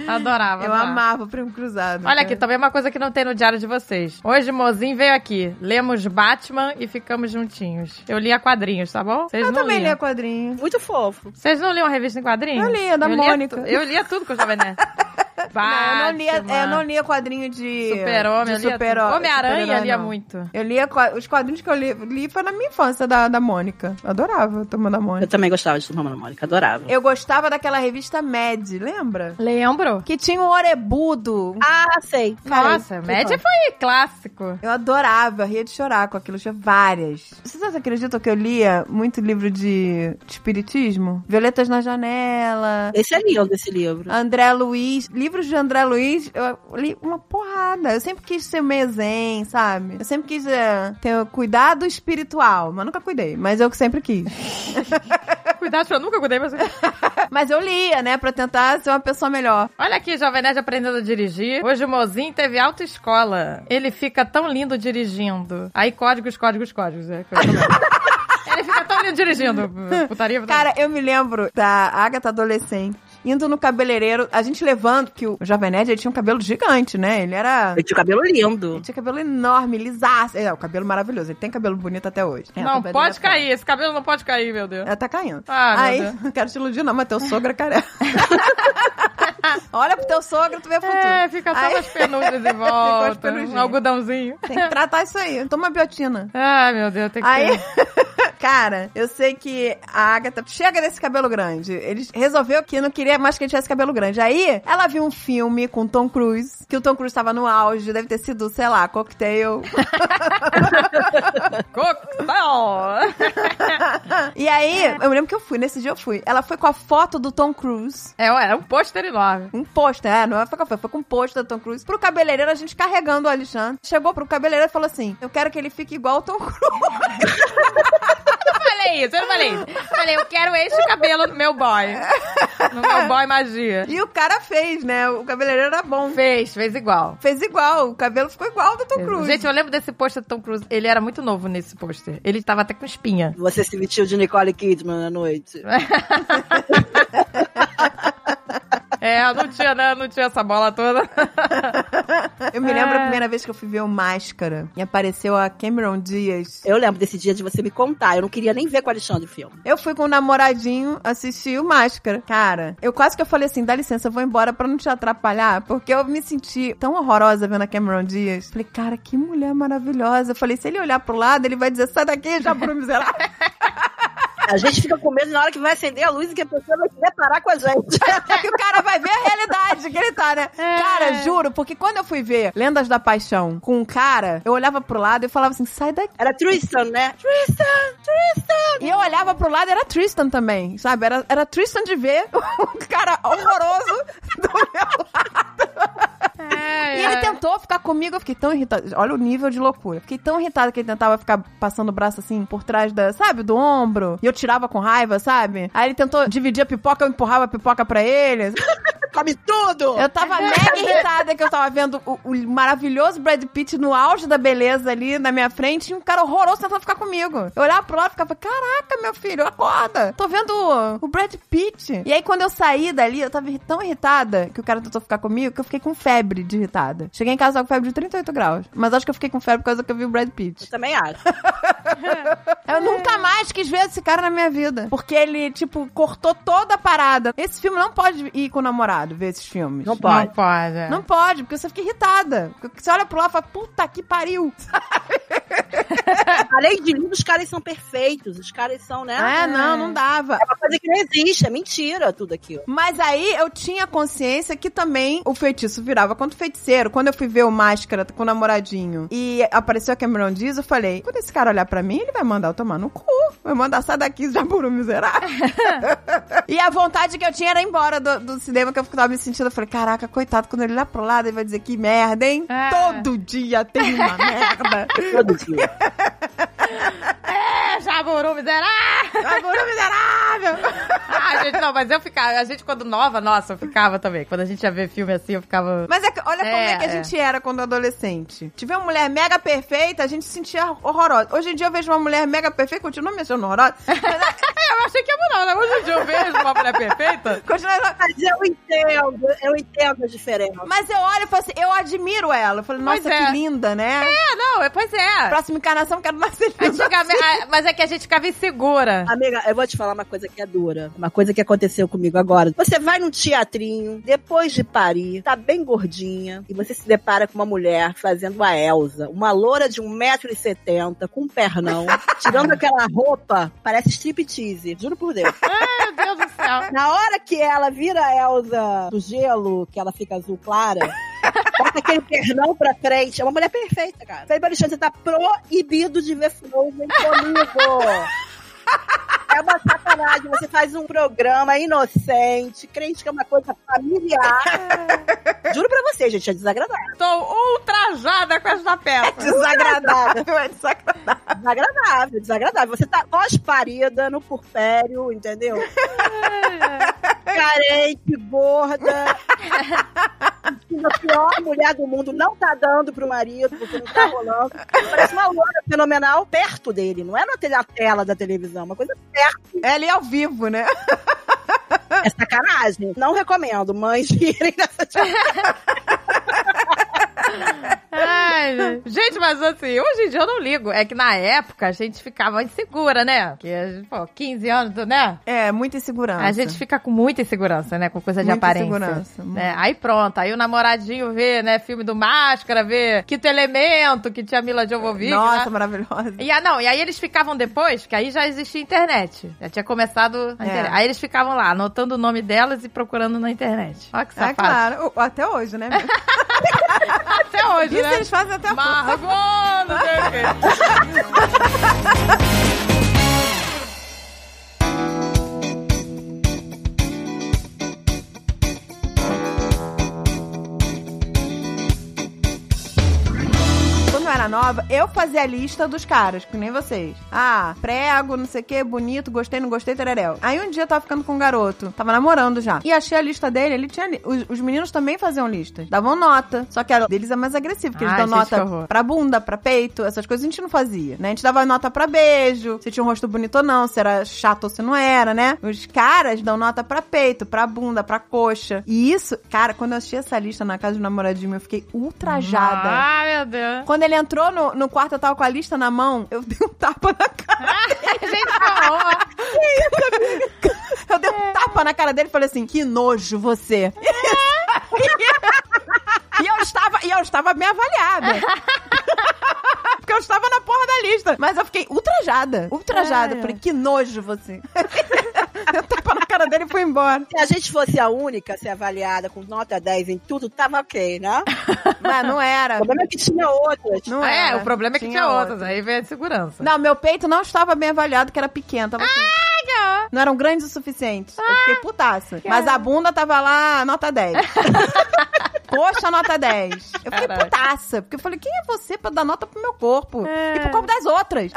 A: Adorava.
B: Eu
A: adorava.
B: amava o Primo Cruzado.
A: Olha
B: cara.
A: aqui, também uma coisa que não tem no diário de vocês. Hoje, Mozinho veio aqui. Lemos Batman e ficamos juntinhos. Eu lia quadrinhos, tá bom? Vocês
B: Eu
A: não
B: também
A: liam.
B: lia quadrinho.
C: Muito fofo.
A: Vocês não liam a revista em quadrinhos?
B: Eu lia, da
A: eu
B: Mônica.
A: tu- eu lia tudo com o Jovem Nerd.
B: [LAUGHS] Não, eu não lia,
A: Batman,
B: é, eu não lia quadrinho de.
A: Super-Homem, eu
B: de
A: lia
B: super-herói-
A: tudo. Homem-Aranha
B: super-herói,
A: lia
B: não.
A: muito.
B: Eu lia qua- os quadrinhos que eu li, li foi na minha infância da, da Mônica. Eu adorava Tomando a
C: Eu
B: Mônica.
C: também gostava de Turma da Mônica, adorava.
B: Eu gostava daquela revista Mad, lembra?
A: Lembro.
B: Que tinha um orebudo. um
C: Ah, sei.
A: Nossa,
B: Cara,
A: média
B: que
A: foi
B: [LAUGHS]
A: clássico.
B: Eu adorava, ria de chorar com aquilo, tinha várias. Vocês acreditam que eu lia muito livro de, de espiritismo? Violetas na Janela,
C: Esse é lindo, esse livro.
B: André Luiz, livros de André Luiz, eu li uma porrada. Eu sempre quis ser meio zen, sabe? Eu sempre quis eh, ter cuidado espiritual, mas nunca cuidei, mas eu sempre quis.
A: Cuidado, que eu nunca cuidei pra você.
B: mas eu lia, né, pra tentar ser uma pessoa melhor.
A: Olha aqui, Jovem Nerd aprendendo a dirigir. Hoje o Mozinho teve autoescola. Ele fica tão lindo dirigindo. Aí códigos, códigos, códigos. É, coisa toda. Ele fica tão lindo dirigindo. Putaria, putaria.
B: Cara, eu me lembro da Agatha adolescente. Indo no cabeleireiro, a gente levando, que o Jovem Nerd ele tinha um cabelo gigante, né? Ele era.
C: Ele tinha o cabelo lindo.
B: Ele tinha cabelo enorme, lisaço. É, o cabelo maravilhoso. Ele tem cabelo bonito até hoje. É, o
A: não,
B: cabelo
A: pode
B: dele é
A: cair. Esse cabelo não pode cair, meu Deus.
B: Ela tá caindo.
A: Ah, meu
B: Aí,
A: Deus.
B: não quero te iludir, não, mas teu sogro
A: [LAUGHS]
B: é careca. Olha pro teu sogro, tu vê o futuro.
A: É, fica só
B: Aí,
A: com as penugem de
B: [LAUGHS] Fica as
A: volta.
B: penugens.
A: Um algodãozinho.
B: Tem que tratar isso aí. Toma biotina.
A: Ai, meu Deus, tem que
B: Aí,
A: ter.
B: [LAUGHS] cara, eu sei que a Agatha chega desse cabelo grande. Ele resolveu que não queria mais que ele tivesse cabelo grande. Aí, ela viu um filme com Tom Cruise, que o Tom Cruise tava no auge, deve ter sido, sei lá, cocktail.
A: um
B: [LAUGHS]
A: Coquetel!
B: e aí, eu lembro que eu fui, nesse dia eu fui. Ela foi com a foto do Tom Cruise
A: É, é um pôster enorme.
B: Um pôster, é, não foi café, foi com um pôster do Tom Cruise. Pro cabeleireiro, a gente carregando o Alexandre. Chegou pro cabeleireiro e falou assim: Eu quero que ele fique igual o Tom Cruise.
A: falei isso, eu não falei isso. Eu Falei, eu quero este cabelo no meu boy. No meu boy magia.
B: E o cara fez, né? O cabeleireiro era bom.
A: Fez, fez igual.
B: Fez igual, o cabelo ficou igual ao do Tom Cruise.
A: Gente, eu lembro desse pôster do Tom Cruise. Ele era muito novo nesse pôster. Ele tava até com espinha.
C: Você se vestiu de Nicole Kidman à noite.
A: É, não tinha, né? não tinha essa bola toda.
B: eu me lembro a primeira vez que eu fui ver o Máscara e apareceu a Cameron Diaz.
C: Eu lembro desse dia de você me contar. Eu não queria nem ver com o Alexandre o filme.
B: Eu fui com o namoradinho assistir o Máscara. Cara, eu quase que eu falei assim, dá licença, eu vou embora pra não te atrapalhar, porque eu me senti tão horrorosa vendo a Cameron Diaz. Falei, cara, que mulher maravilhosa. Eu falei, se ele olhar pro lado, ele vai dizer, sai daqui, já pro miserável. [LAUGHS]
C: A gente fica com medo na hora que vai acender a luz e que a pessoa vai se deparar com a gente. [LAUGHS]
B: É que o cara vai ver a realidade que ele tá, né? Cara, juro, porque quando eu fui ver Lendas da Paixão com um cara, eu olhava pro lado e eu falava assim, sai daqui.
C: Era Tristan, né? Tristan! Tristan!
B: E eu olhava pro lado, era Tristan também, sabe? Era, era Tristan de ver [LAUGHS] um cara horroroso do meu lado.
A: É,
B: E ele um tentou ficar comigo, eu fiquei tão irritada. Olha o nível de loucura. Fiquei tão irritada que ele tentava ficar passando o braço assim por trás da, sabe, do ombro. E eu tirava com raiva, sabe? Aí ele tentou dividir a pipoca, eu empurrava a pipoca pra ele.
C: come tudo!
B: Eu tava mega irritada que eu tava vendo o, o maravilhoso Brad Pitt no auge da beleza ali na minha frente e um cara horroroso tentando ficar comigo. Eu olhava pro lado e ficava, caraca, meu filho, acorda! Tô vendo o, o Brad Pitt. E aí quando eu saí dali, eu tava irri- tão irritada que o cara tentou ficar comigo que eu fiquei com febre de irritada. Cheguei em casa tava com febre de 38 graus. Mas acho que eu fiquei com febre por causa que eu vi o Brad Pitt.
C: Eu também acho.
B: Eu nunca mais quis ver esse cara na minha vida. Porque ele, tipo, cortou toda a parada. Esse filme não pode ir com o namorado ver esses filmes.
C: Não pode.
A: Não pode. é.
B: Não pode, porque você fica irritada. Porque Você olha pro lado e fala, puta que pariu.
C: Além de lindo, os caras são perfeitos. Os caras são, né?
B: Ah, não, não dava.
C: É uma coisa que não existe. É mentira tudo [LAUGHS] aquilo.
B: Mas aí eu tinha consciência que também o feitiço virava contra o feiticeiro. Quando eu fui ver o Máscara com o namoradinho e apareceu a Cameron Diaz, eu falei, quando esse cara olhar pra mim, ele vai mandar eu tomar no cu. Vai mandar sair daqui,
A: [LAUGHS]
B: jaburu miserável. e a vontade que eu tinha era ir embora do, do cinema, que eu tava me sentindo. Eu falei, caraca, coitado, quando ele olhar pro lado, ele vai dizer que merda, hein?
A: É.
B: Todo dia tem uma
A: [LAUGHS]
B: merda.
C: Todo dia.
A: É, jaburu miserável!
B: Jaburu miserável.
A: Ah, gente, não, mas eu ficava. A gente, quando nova, nossa, eu ficava também. Quando a gente ia ver filme assim, eu ficava.
B: Mas é que- olha como
A: É,
B: é que a
A: é.
B: gente era quando adolescente. Tiver uma mulher mega perfeita, a gente se sentia horrorosa. Hoje em dia eu vejo uma mulher mega perfeita, continua me
A: [LAUGHS]
B: achando horrorosa.
A: eu achei que ia mudar, né? Hoje em dia eu vejo uma mulher perfeita.
B: continua achando-
C: Mas eu entendo. Eu entendo a diferença.
B: Mas eu olho e falo assim, eu admiro ela. Eu falo, nossa,
A: Pois é.
B: que linda, né?
A: É, não, é, pois é.
B: Próxima encarnação, quero nascer linda.
A: Antigamente, ah, mas é que a gente ficava insegura.
C: Amiga, eu vou te falar uma coisa que é dura. Uma coisa que aconteceu comigo agora. Você vai num teatrinho, depois de parir, tá bem gordinha, e você se depara com uma mulher fazendo a Elsa, uma loura de 1,70m, com um pernão, tirando aquela roupa, parece striptease. Juro por Deus.
A: Ai, meu Deus do céu.
C: Na hora que ela vira a Elsa do gelo, que ela fica azul clara, bota aquele pernão pra frente. É uma mulher perfeita, cara. Felipe Alexandre, você tá proibido de ver Frozen comigo. É uma sacanagem. Você faz um programa inocente, crente que é uma coisa familiar. Juro pra você, gente, é desagradável.
A: Estou ultrajada com essa peça.
C: Desagradável.
B: É desagradável.
C: Desagradável, desagradável. Você tá pós-parida, no purpério, entendeu?
B: É.
C: Carente, gorda. A pior mulher do mundo não tá dando pro marido, porque não tá rolando. Parece uma loura fenomenal perto dele, não é na tela- tela da televisão, uma coisa assim. perto.
B: É ali ao vivo, né?
C: É sacanagem. Não recomendo mães [LAUGHS] virem nessa
A: Ai, gente. gente, mas assim, hoje em dia eu não ligo. É que na época a gente ficava insegura, né? Porque, a gente, pô, 15 anos, né?
B: É, muita insegurança.
A: A gente fica com muita insegurança, né? Com coisa de
B: Muita
A: aparência.
B: insegurança,
A: né? Aí pronto, aí o namoradinho vê, né? Filme do Máscara, vê Quinto Elemento, que tinha Mila Jovovich.
B: Nossa,
A: né?
B: maravilhosa.
A: E, ah, não, e aí eles ficavam depois, que aí já existia internet. Já tinha começado a
B: É.
A: internet. Aí eles ficavam lá, anotando o nome delas e procurando na internet. Olha que
B: É
A: safado.
B: claro, O- até hoje, né?
A: Até [LAUGHS] hoje,
B: Isso é
A: né?
B: eles fazem até hoje.
A: Margot, não sei o quê.
B: Quando eu era nova, eu fazia a lista dos caras, que nem vocês. Ah, prego, não sei o que, bonito, gostei, não gostei, tereréu. Aí um dia eu tava ficando com um garoto, tava namorando já. E achei a lista dele, ele tinha. li- Os, os meninos também faziam listas. Davam nota. Só que a deles é mais agressiva, porque eles
A: Ai,
B: dão
A: Ah, gente, que
B: nota
A: horror.
B: pra bunda, pra peito, essas coisas a gente não fazia, né? A gente dava nota pra beijo, se tinha um rosto bonito ou não, se era chato ou se não era, né? Os caras dão nota pra peito, pra bunda, pra coxa. E isso, cara, quando eu achei essa lista na casa do namoradinho, eu fiquei ultrajada.
A: Ah, meu
B: [LAUGHS]
A: Deus.
B: Quando ele entrou no, no quarto, eu tava com a lista na mão, eu [LAUGHS] dei um tapa na cara.
A: Gente, que horror.
B: Eu dei
A: É.
B: um tapa na cara dele e falei assim: que nojo você. [LAUGHS] E eu estava, e eu estava
A: [LAUGHS]
B: bem avaliada. Porque eu estava na porra da lista. Mas eu fiquei ultrajada. Ultrajada.
A: É.
B: Falei, que nojo você. [LAUGHS] Dei um tapa na cara dele e fui embora.
C: Se a gente fosse a única a ser avaliada com nota 10 em tudo, tava ok, né?
B: Mas não
C: O
B: era.
C: problema é que tinha outras.
B: Não
A: é,
B: era.
A: o problema é que tinha,
B: outra.
A: outras, aí vem a segurança.
B: Não, meu peito não estava bem avaliado, que era pequeno. Tava assim, não eram
A: Ah, [LAUGHS]
B: grandes o suficiente. eu fiquei putaça. Mas a bunda tava lá, nota 10. Poxa, nota 10. Eu fiquei
A: Caraca.
B: putaça. Porque eu falei, quem é você pra dar nota pro meu corpo?
A: É.
B: E pro corpo
A: [LAUGHS]
B: das outras.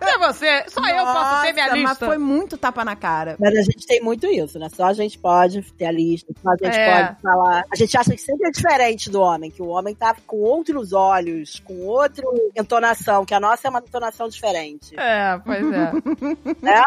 A: Não é você, só eu posso ter é minha
B: Nossa,
A: lista.
B: Mas foi muito tapa
A: [LAUGHS]
B: na cara.
C: Mas a gente tem muito isso, né? Só a gente pode ter a lista, só a gente
A: É.
C: pode falar. A gente acha que sempre é diferente do homem, que o homem tá com outros olhos, com outra entonação, que a nossa é uma entonação diferente.
A: É, pois
B: [LAUGHS]
A: é.
C: Né?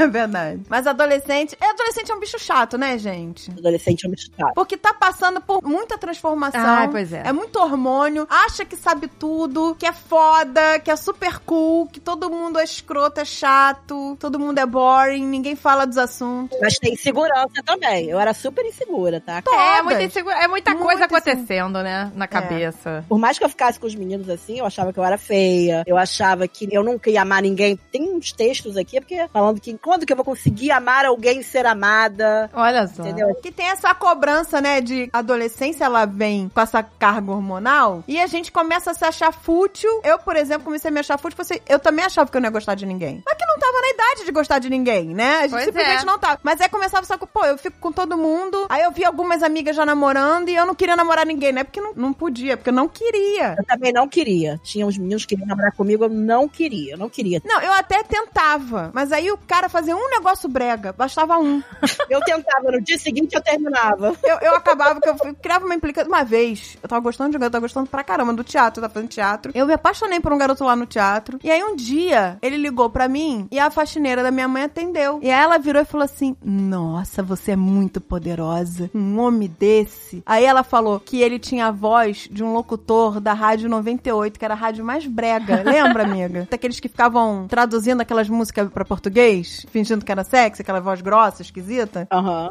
B: É verdade. Mas adolescente. É, adolescente é um bicho chato, né, gente?
C: Adolescente é um bicho chato.
B: Porque tá passando por muita transformação.
A: Ai, pois é.
B: É muito hormônio. Acha que sabe tudo, que é foda, que é super cool, que todo mundo é escroto, é chato, todo mundo é boring, ninguém fala dos assuntos.
C: Mas tem segurança também. Eu era super insegura, tá?
A: É,
B: Todas.
A: muita, insegu- é muita
B: Muita
A: coisa
B: insegu- É.
A: acontecendo, né? Na cabeça.
C: Por mais que eu ficasse com os meninos assim, eu achava que eu era feia. Eu achava que eu nunca ia amar ninguém. Tem uns textos aqui porque falando que quando que eu vou conseguir amar alguém e ser amada?
A: Olha só.
C: Entendeu?
B: Que tem essa cobrança, né, de adolescência, ela vem com essa carga hormonal e a gente começa a se achar fútil. Eu, por exemplo, comecei a me achar fútil, porque eu também achava que eu não ia gostar de ninguém. Mas que não tava na idade de gostar de ninguém, né? A gente
A: Pois
B: simplesmente
A: é.
B: não tava. Mas aí começava só com, pô, eu fico com todo mundo. Aí eu vi algumas amigas já namorando e eu não queria namorar ninguém, né? Porque não, não podia, porque eu não queria.
C: Eu também não queria. Tinha uns meninos que queriam namorar comigo, eu não queria. Eu não queria.
B: Não, eu até tentava, mas aí o cara fazia um negócio brega, bastava um.
C: Eu tentava, no dia seguinte eu terminava.
B: Eu, eu acabava que eu, eu criava uma implicância. Uma vez, eu tava gostando de um garoto, eu tava gostando pra caramba do teatro, eu tava fazendo teatro. Eu me apaixonei por um garoto lá no teatro. E aí um dia, ele ligou pra mim e a faxineira da minha mãe atendeu. E aí ela virou e falou assim: Nossa, você é muito poderosa. Um homem desse. Aí ela falou que ele tinha a voz de um locutor da Rádio 98, que era a rádio mais brega. Lembra, amiga? Daqueles que ficavam traduzindo aquelas músicas pra português, fingindo que era sexy, aquela voz grossa, esquisita.
C: Aham.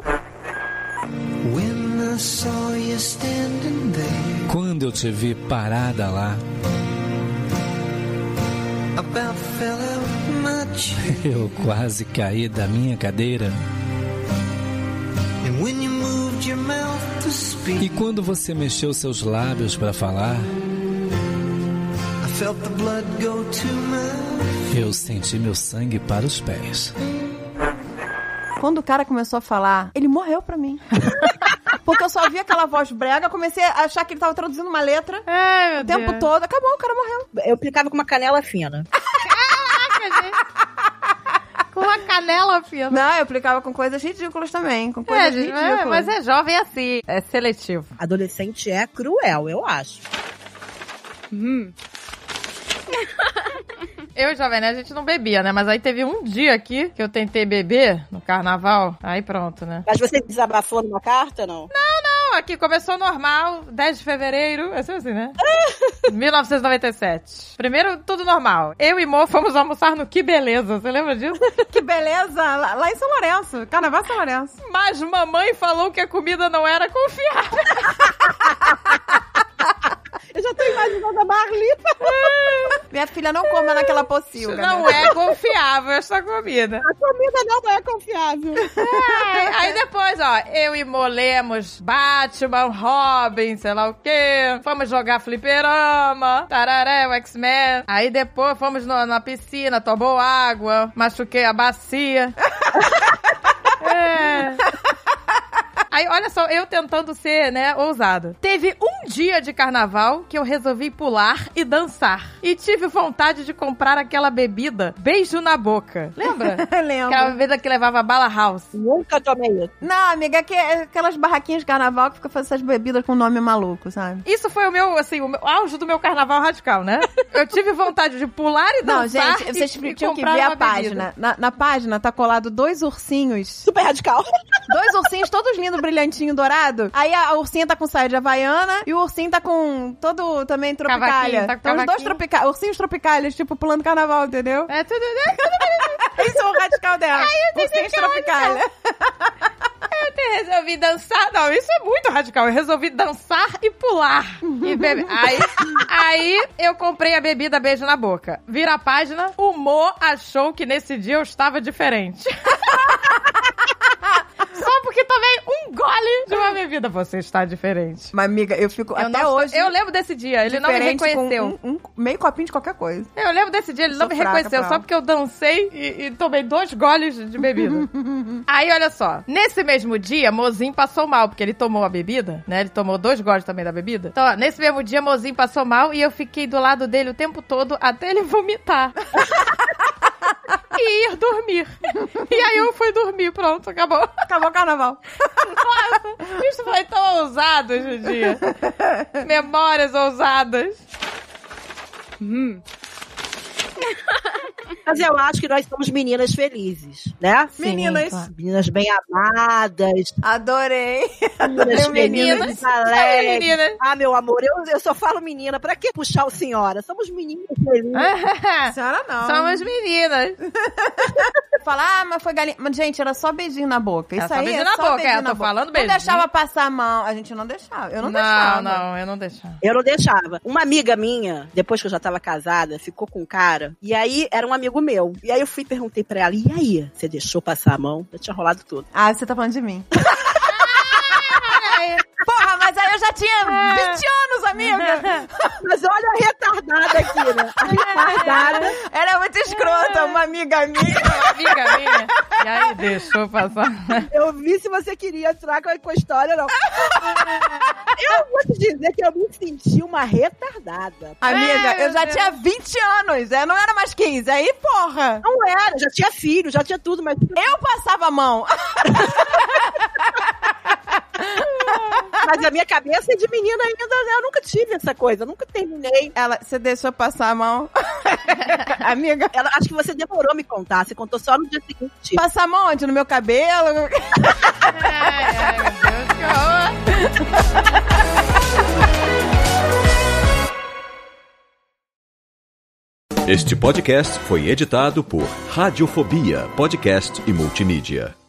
F: Quando eu te vi parada lá, [LAUGHS] eu quase caí da minha cadeira. E quando você mexeu seus lábios para falar, eu senti meu sangue para os pés.
B: Quando o cara começou a falar, ele morreu pra mim. [LAUGHS] Porque eu só vi aquela voz brega, eu comecei a achar que ele tava traduzindo uma letra
A: Ai, meu
B: o tempo
A: Deus.
B: todo. Acabou, o cara morreu.
C: Eu ficava com uma canela fina.
B: [LAUGHS]
A: Com a canela fina.
B: Não, eu aplicava com coisas ridículas também, com coisas
A: É, gente,
B: ridículas.
A: é, mas é jovem assim. É seletivo.
C: Adolescente é cruel, eu acho.
A: Eu e o Jovem Nerd, a gente não bebia, né? Mas aí teve um dia aqui que eu tentei beber no carnaval. Aí pronto, né?
C: Mas você desabafou numa carta, não?
A: Não, aqui começou normal, 10 de fevereiro, é sempre assim, né? 1997. Primeiro, tudo normal. Eu e Mo fomos almoçar no Que Beleza, você lembra disso?
B: Que beleza! Lá, lá em São Lourenço, Carnaval São Lourenço.
A: Mas mamãe falou que a comida não era confiável.
C: Eu já tô imaginando a Marli.
A: É.
B: Minha filha não coma naquela pocilga,
A: Não
B: [LAUGHS] né?
A: é confiável essa comida.
C: A comida não é confiável.
A: Aí, [LAUGHS] aí depois, ó, eu e Molemos, Batman, Robin, sei lá o quê. Fomos jogar fliperama, tararé, o X-Men. Aí depois fomos no- na piscina, tomou água, machuquei a bacia. [LAUGHS] é. Aí, olha só, eu tentando ser, né, ousado. Teve um dia de carnaval que eu resolvi pular e dançar. E tive vontade de comprar aquela bebida, beijo na boca. Lembra?
B: [LAUGHS] Lembro.
A: Aquela bebida que levava bala house.
C: Nunca tomei isso.
B: Não, amiga, é que é aquelas barraquinhas de carnaval que fica fazendo essas bebidas com nome maluco, sabe?
A: Isso foi o meu, assim, o meu- o auge do meu carnaval radical,
B: [LAUGHS]
A: né? Eu tive vontade de pular e
B: Não,
A: dançar.
B: gente, vocês
A: e, e
B: tinham que
A: comprar
B: ver a
A: uma bebida.
B: página. Na, na página tá colado dois ursinhos
C: Super radical.
B: Dois ursinhos, todos lindos, brilhantinho, dourado. Aí a ursinha tá com saia de havaiana e o ursinho tá com todo também tropicalha.
A: Cavaquinho, tá com
B: então os dois
A: cavaquinho.
B: tropica ursinhos tropicalhas, tipo pulando carnaval, entendeu?
A: É tudo,
B: Isso é o
A: [LAUGHS]
B: radical dela. ursinhos tropicalha.
A: Eu te- resolvi dançar. Não, isso é muito radical. Eu resolvi dançar e pular. E
B: [LAUGHS]
A: bebe- Aí, aí eu comprei a bebida beijo na boca. Vira a página. O Mo achou
B: [LAUGHS]
A: que nesse dia eu estava diferente. Só porque tomei um gole de uma bebida. Você está diferente.
B: Mas, amiga, eu fico
A: Eu
B: até
A: não-
B: hoje.
A: Eu lembro desse dia, ele não me
B: diferente com
A: reconheceu.
B: um- um meio copinho de qualquer coisa.
A: Eu lembro desse dia, ele não
B: Sou
A: me
B: fraca
A: reconheceu
B: pra
A: só
B: ela.
A: porque eu dancei e, e tomei dois goles de
B: [LAUGHS]
A: bebida. Aí, olha só. Nesse mesmo dia, Mozinho passou mal, porque ele tomou a bebida, né? Ele tomou dois goles também da bebida. Então, ó, nesse mesmo dia, Mozinho passou mal e eu fiquei do lado dele o tempo todo até ele vomitar. [LAUGHS] E ir dormir. E aí eu fui dormir, pronto, acabou.
B: Acabou o carnaval.
A: Nossa, isso foi tão ousado hoje em dia. Memórias ousadas.
C: Mas eu acho que nós somos meninas felizes, né?
B: Meninas.
C: Meninas bem amadas,
B: Adorei.
C: meninas
A: um meninas.
C: felizes, alegres.
A: Menina.
C: Ah, meu amor, eu, eu só falo menina. Pra que puxar o senhora? Somos meninas né?
B: [LAUGHS]
C: felizes.
B: senhora
A: [LAUGHS]
B: não.
A: Somos meninas.
B: Falar, ah, mas foi galinha. Mas, gente, era só beijinho na boca. Isso
A: Era só
B: aí
A: beijinho
B: é
A: na
B: só
A: boca,
B: beijinho
A: é, eu
B: na
A: tô
B: boca.
A: falando beijinho.
B: Não deixava passar a mão. A gente não deixava. Eu não,
A: Não,
B: deixava.
A: não, eu não deixava.
C: Eu não deixava. Uma amiga minha, depois que eu já tava casada, ficou com um cara. E aí, era um amigo meu. E aí, eu fui e perguntei pra ela, e aí? Você deixou passar a mão? Eu tinha rolado tudo. [LAUGHS]
B: Ah, você tá falando de mim. Porra, mas aí eu já tinha 20 anos, amiga.
C: Mas olha a retardada aqui, né? A retardada.
B: Ela é muito escrota, uma amiga minha.
A: [LAUGHS] Amiga minha. E aí, deixou passar.
C: Eu vi se você queria entrar com a, com a história, não. Eu vou te dizer que eu me senti uma retardada.
B: Amiga,
A: meu
B: eu já
A: Deus.
B: tinha 20 anos. Eu não era mais 15. Aí, porra.
C: Não era, já tinha filho, já tinha tudo, mas,
B: Eu passava a mão.
C: mas a minha cabeça é de menina ainda, né? eu nunca tive essa coisa, eu nunca terminei.
B: Ela, você deixou passar a mão. [LAUGHS] amiga.
C: Ela, acho que você demorou a me contar, você contou só no dia seguinte.
B: Passar a mão onde? No meu cabelo?
A: Ai, ai, meu Deus, que horror.
G: Este podcast foi editado por Radiofobia, podcast e multimídia.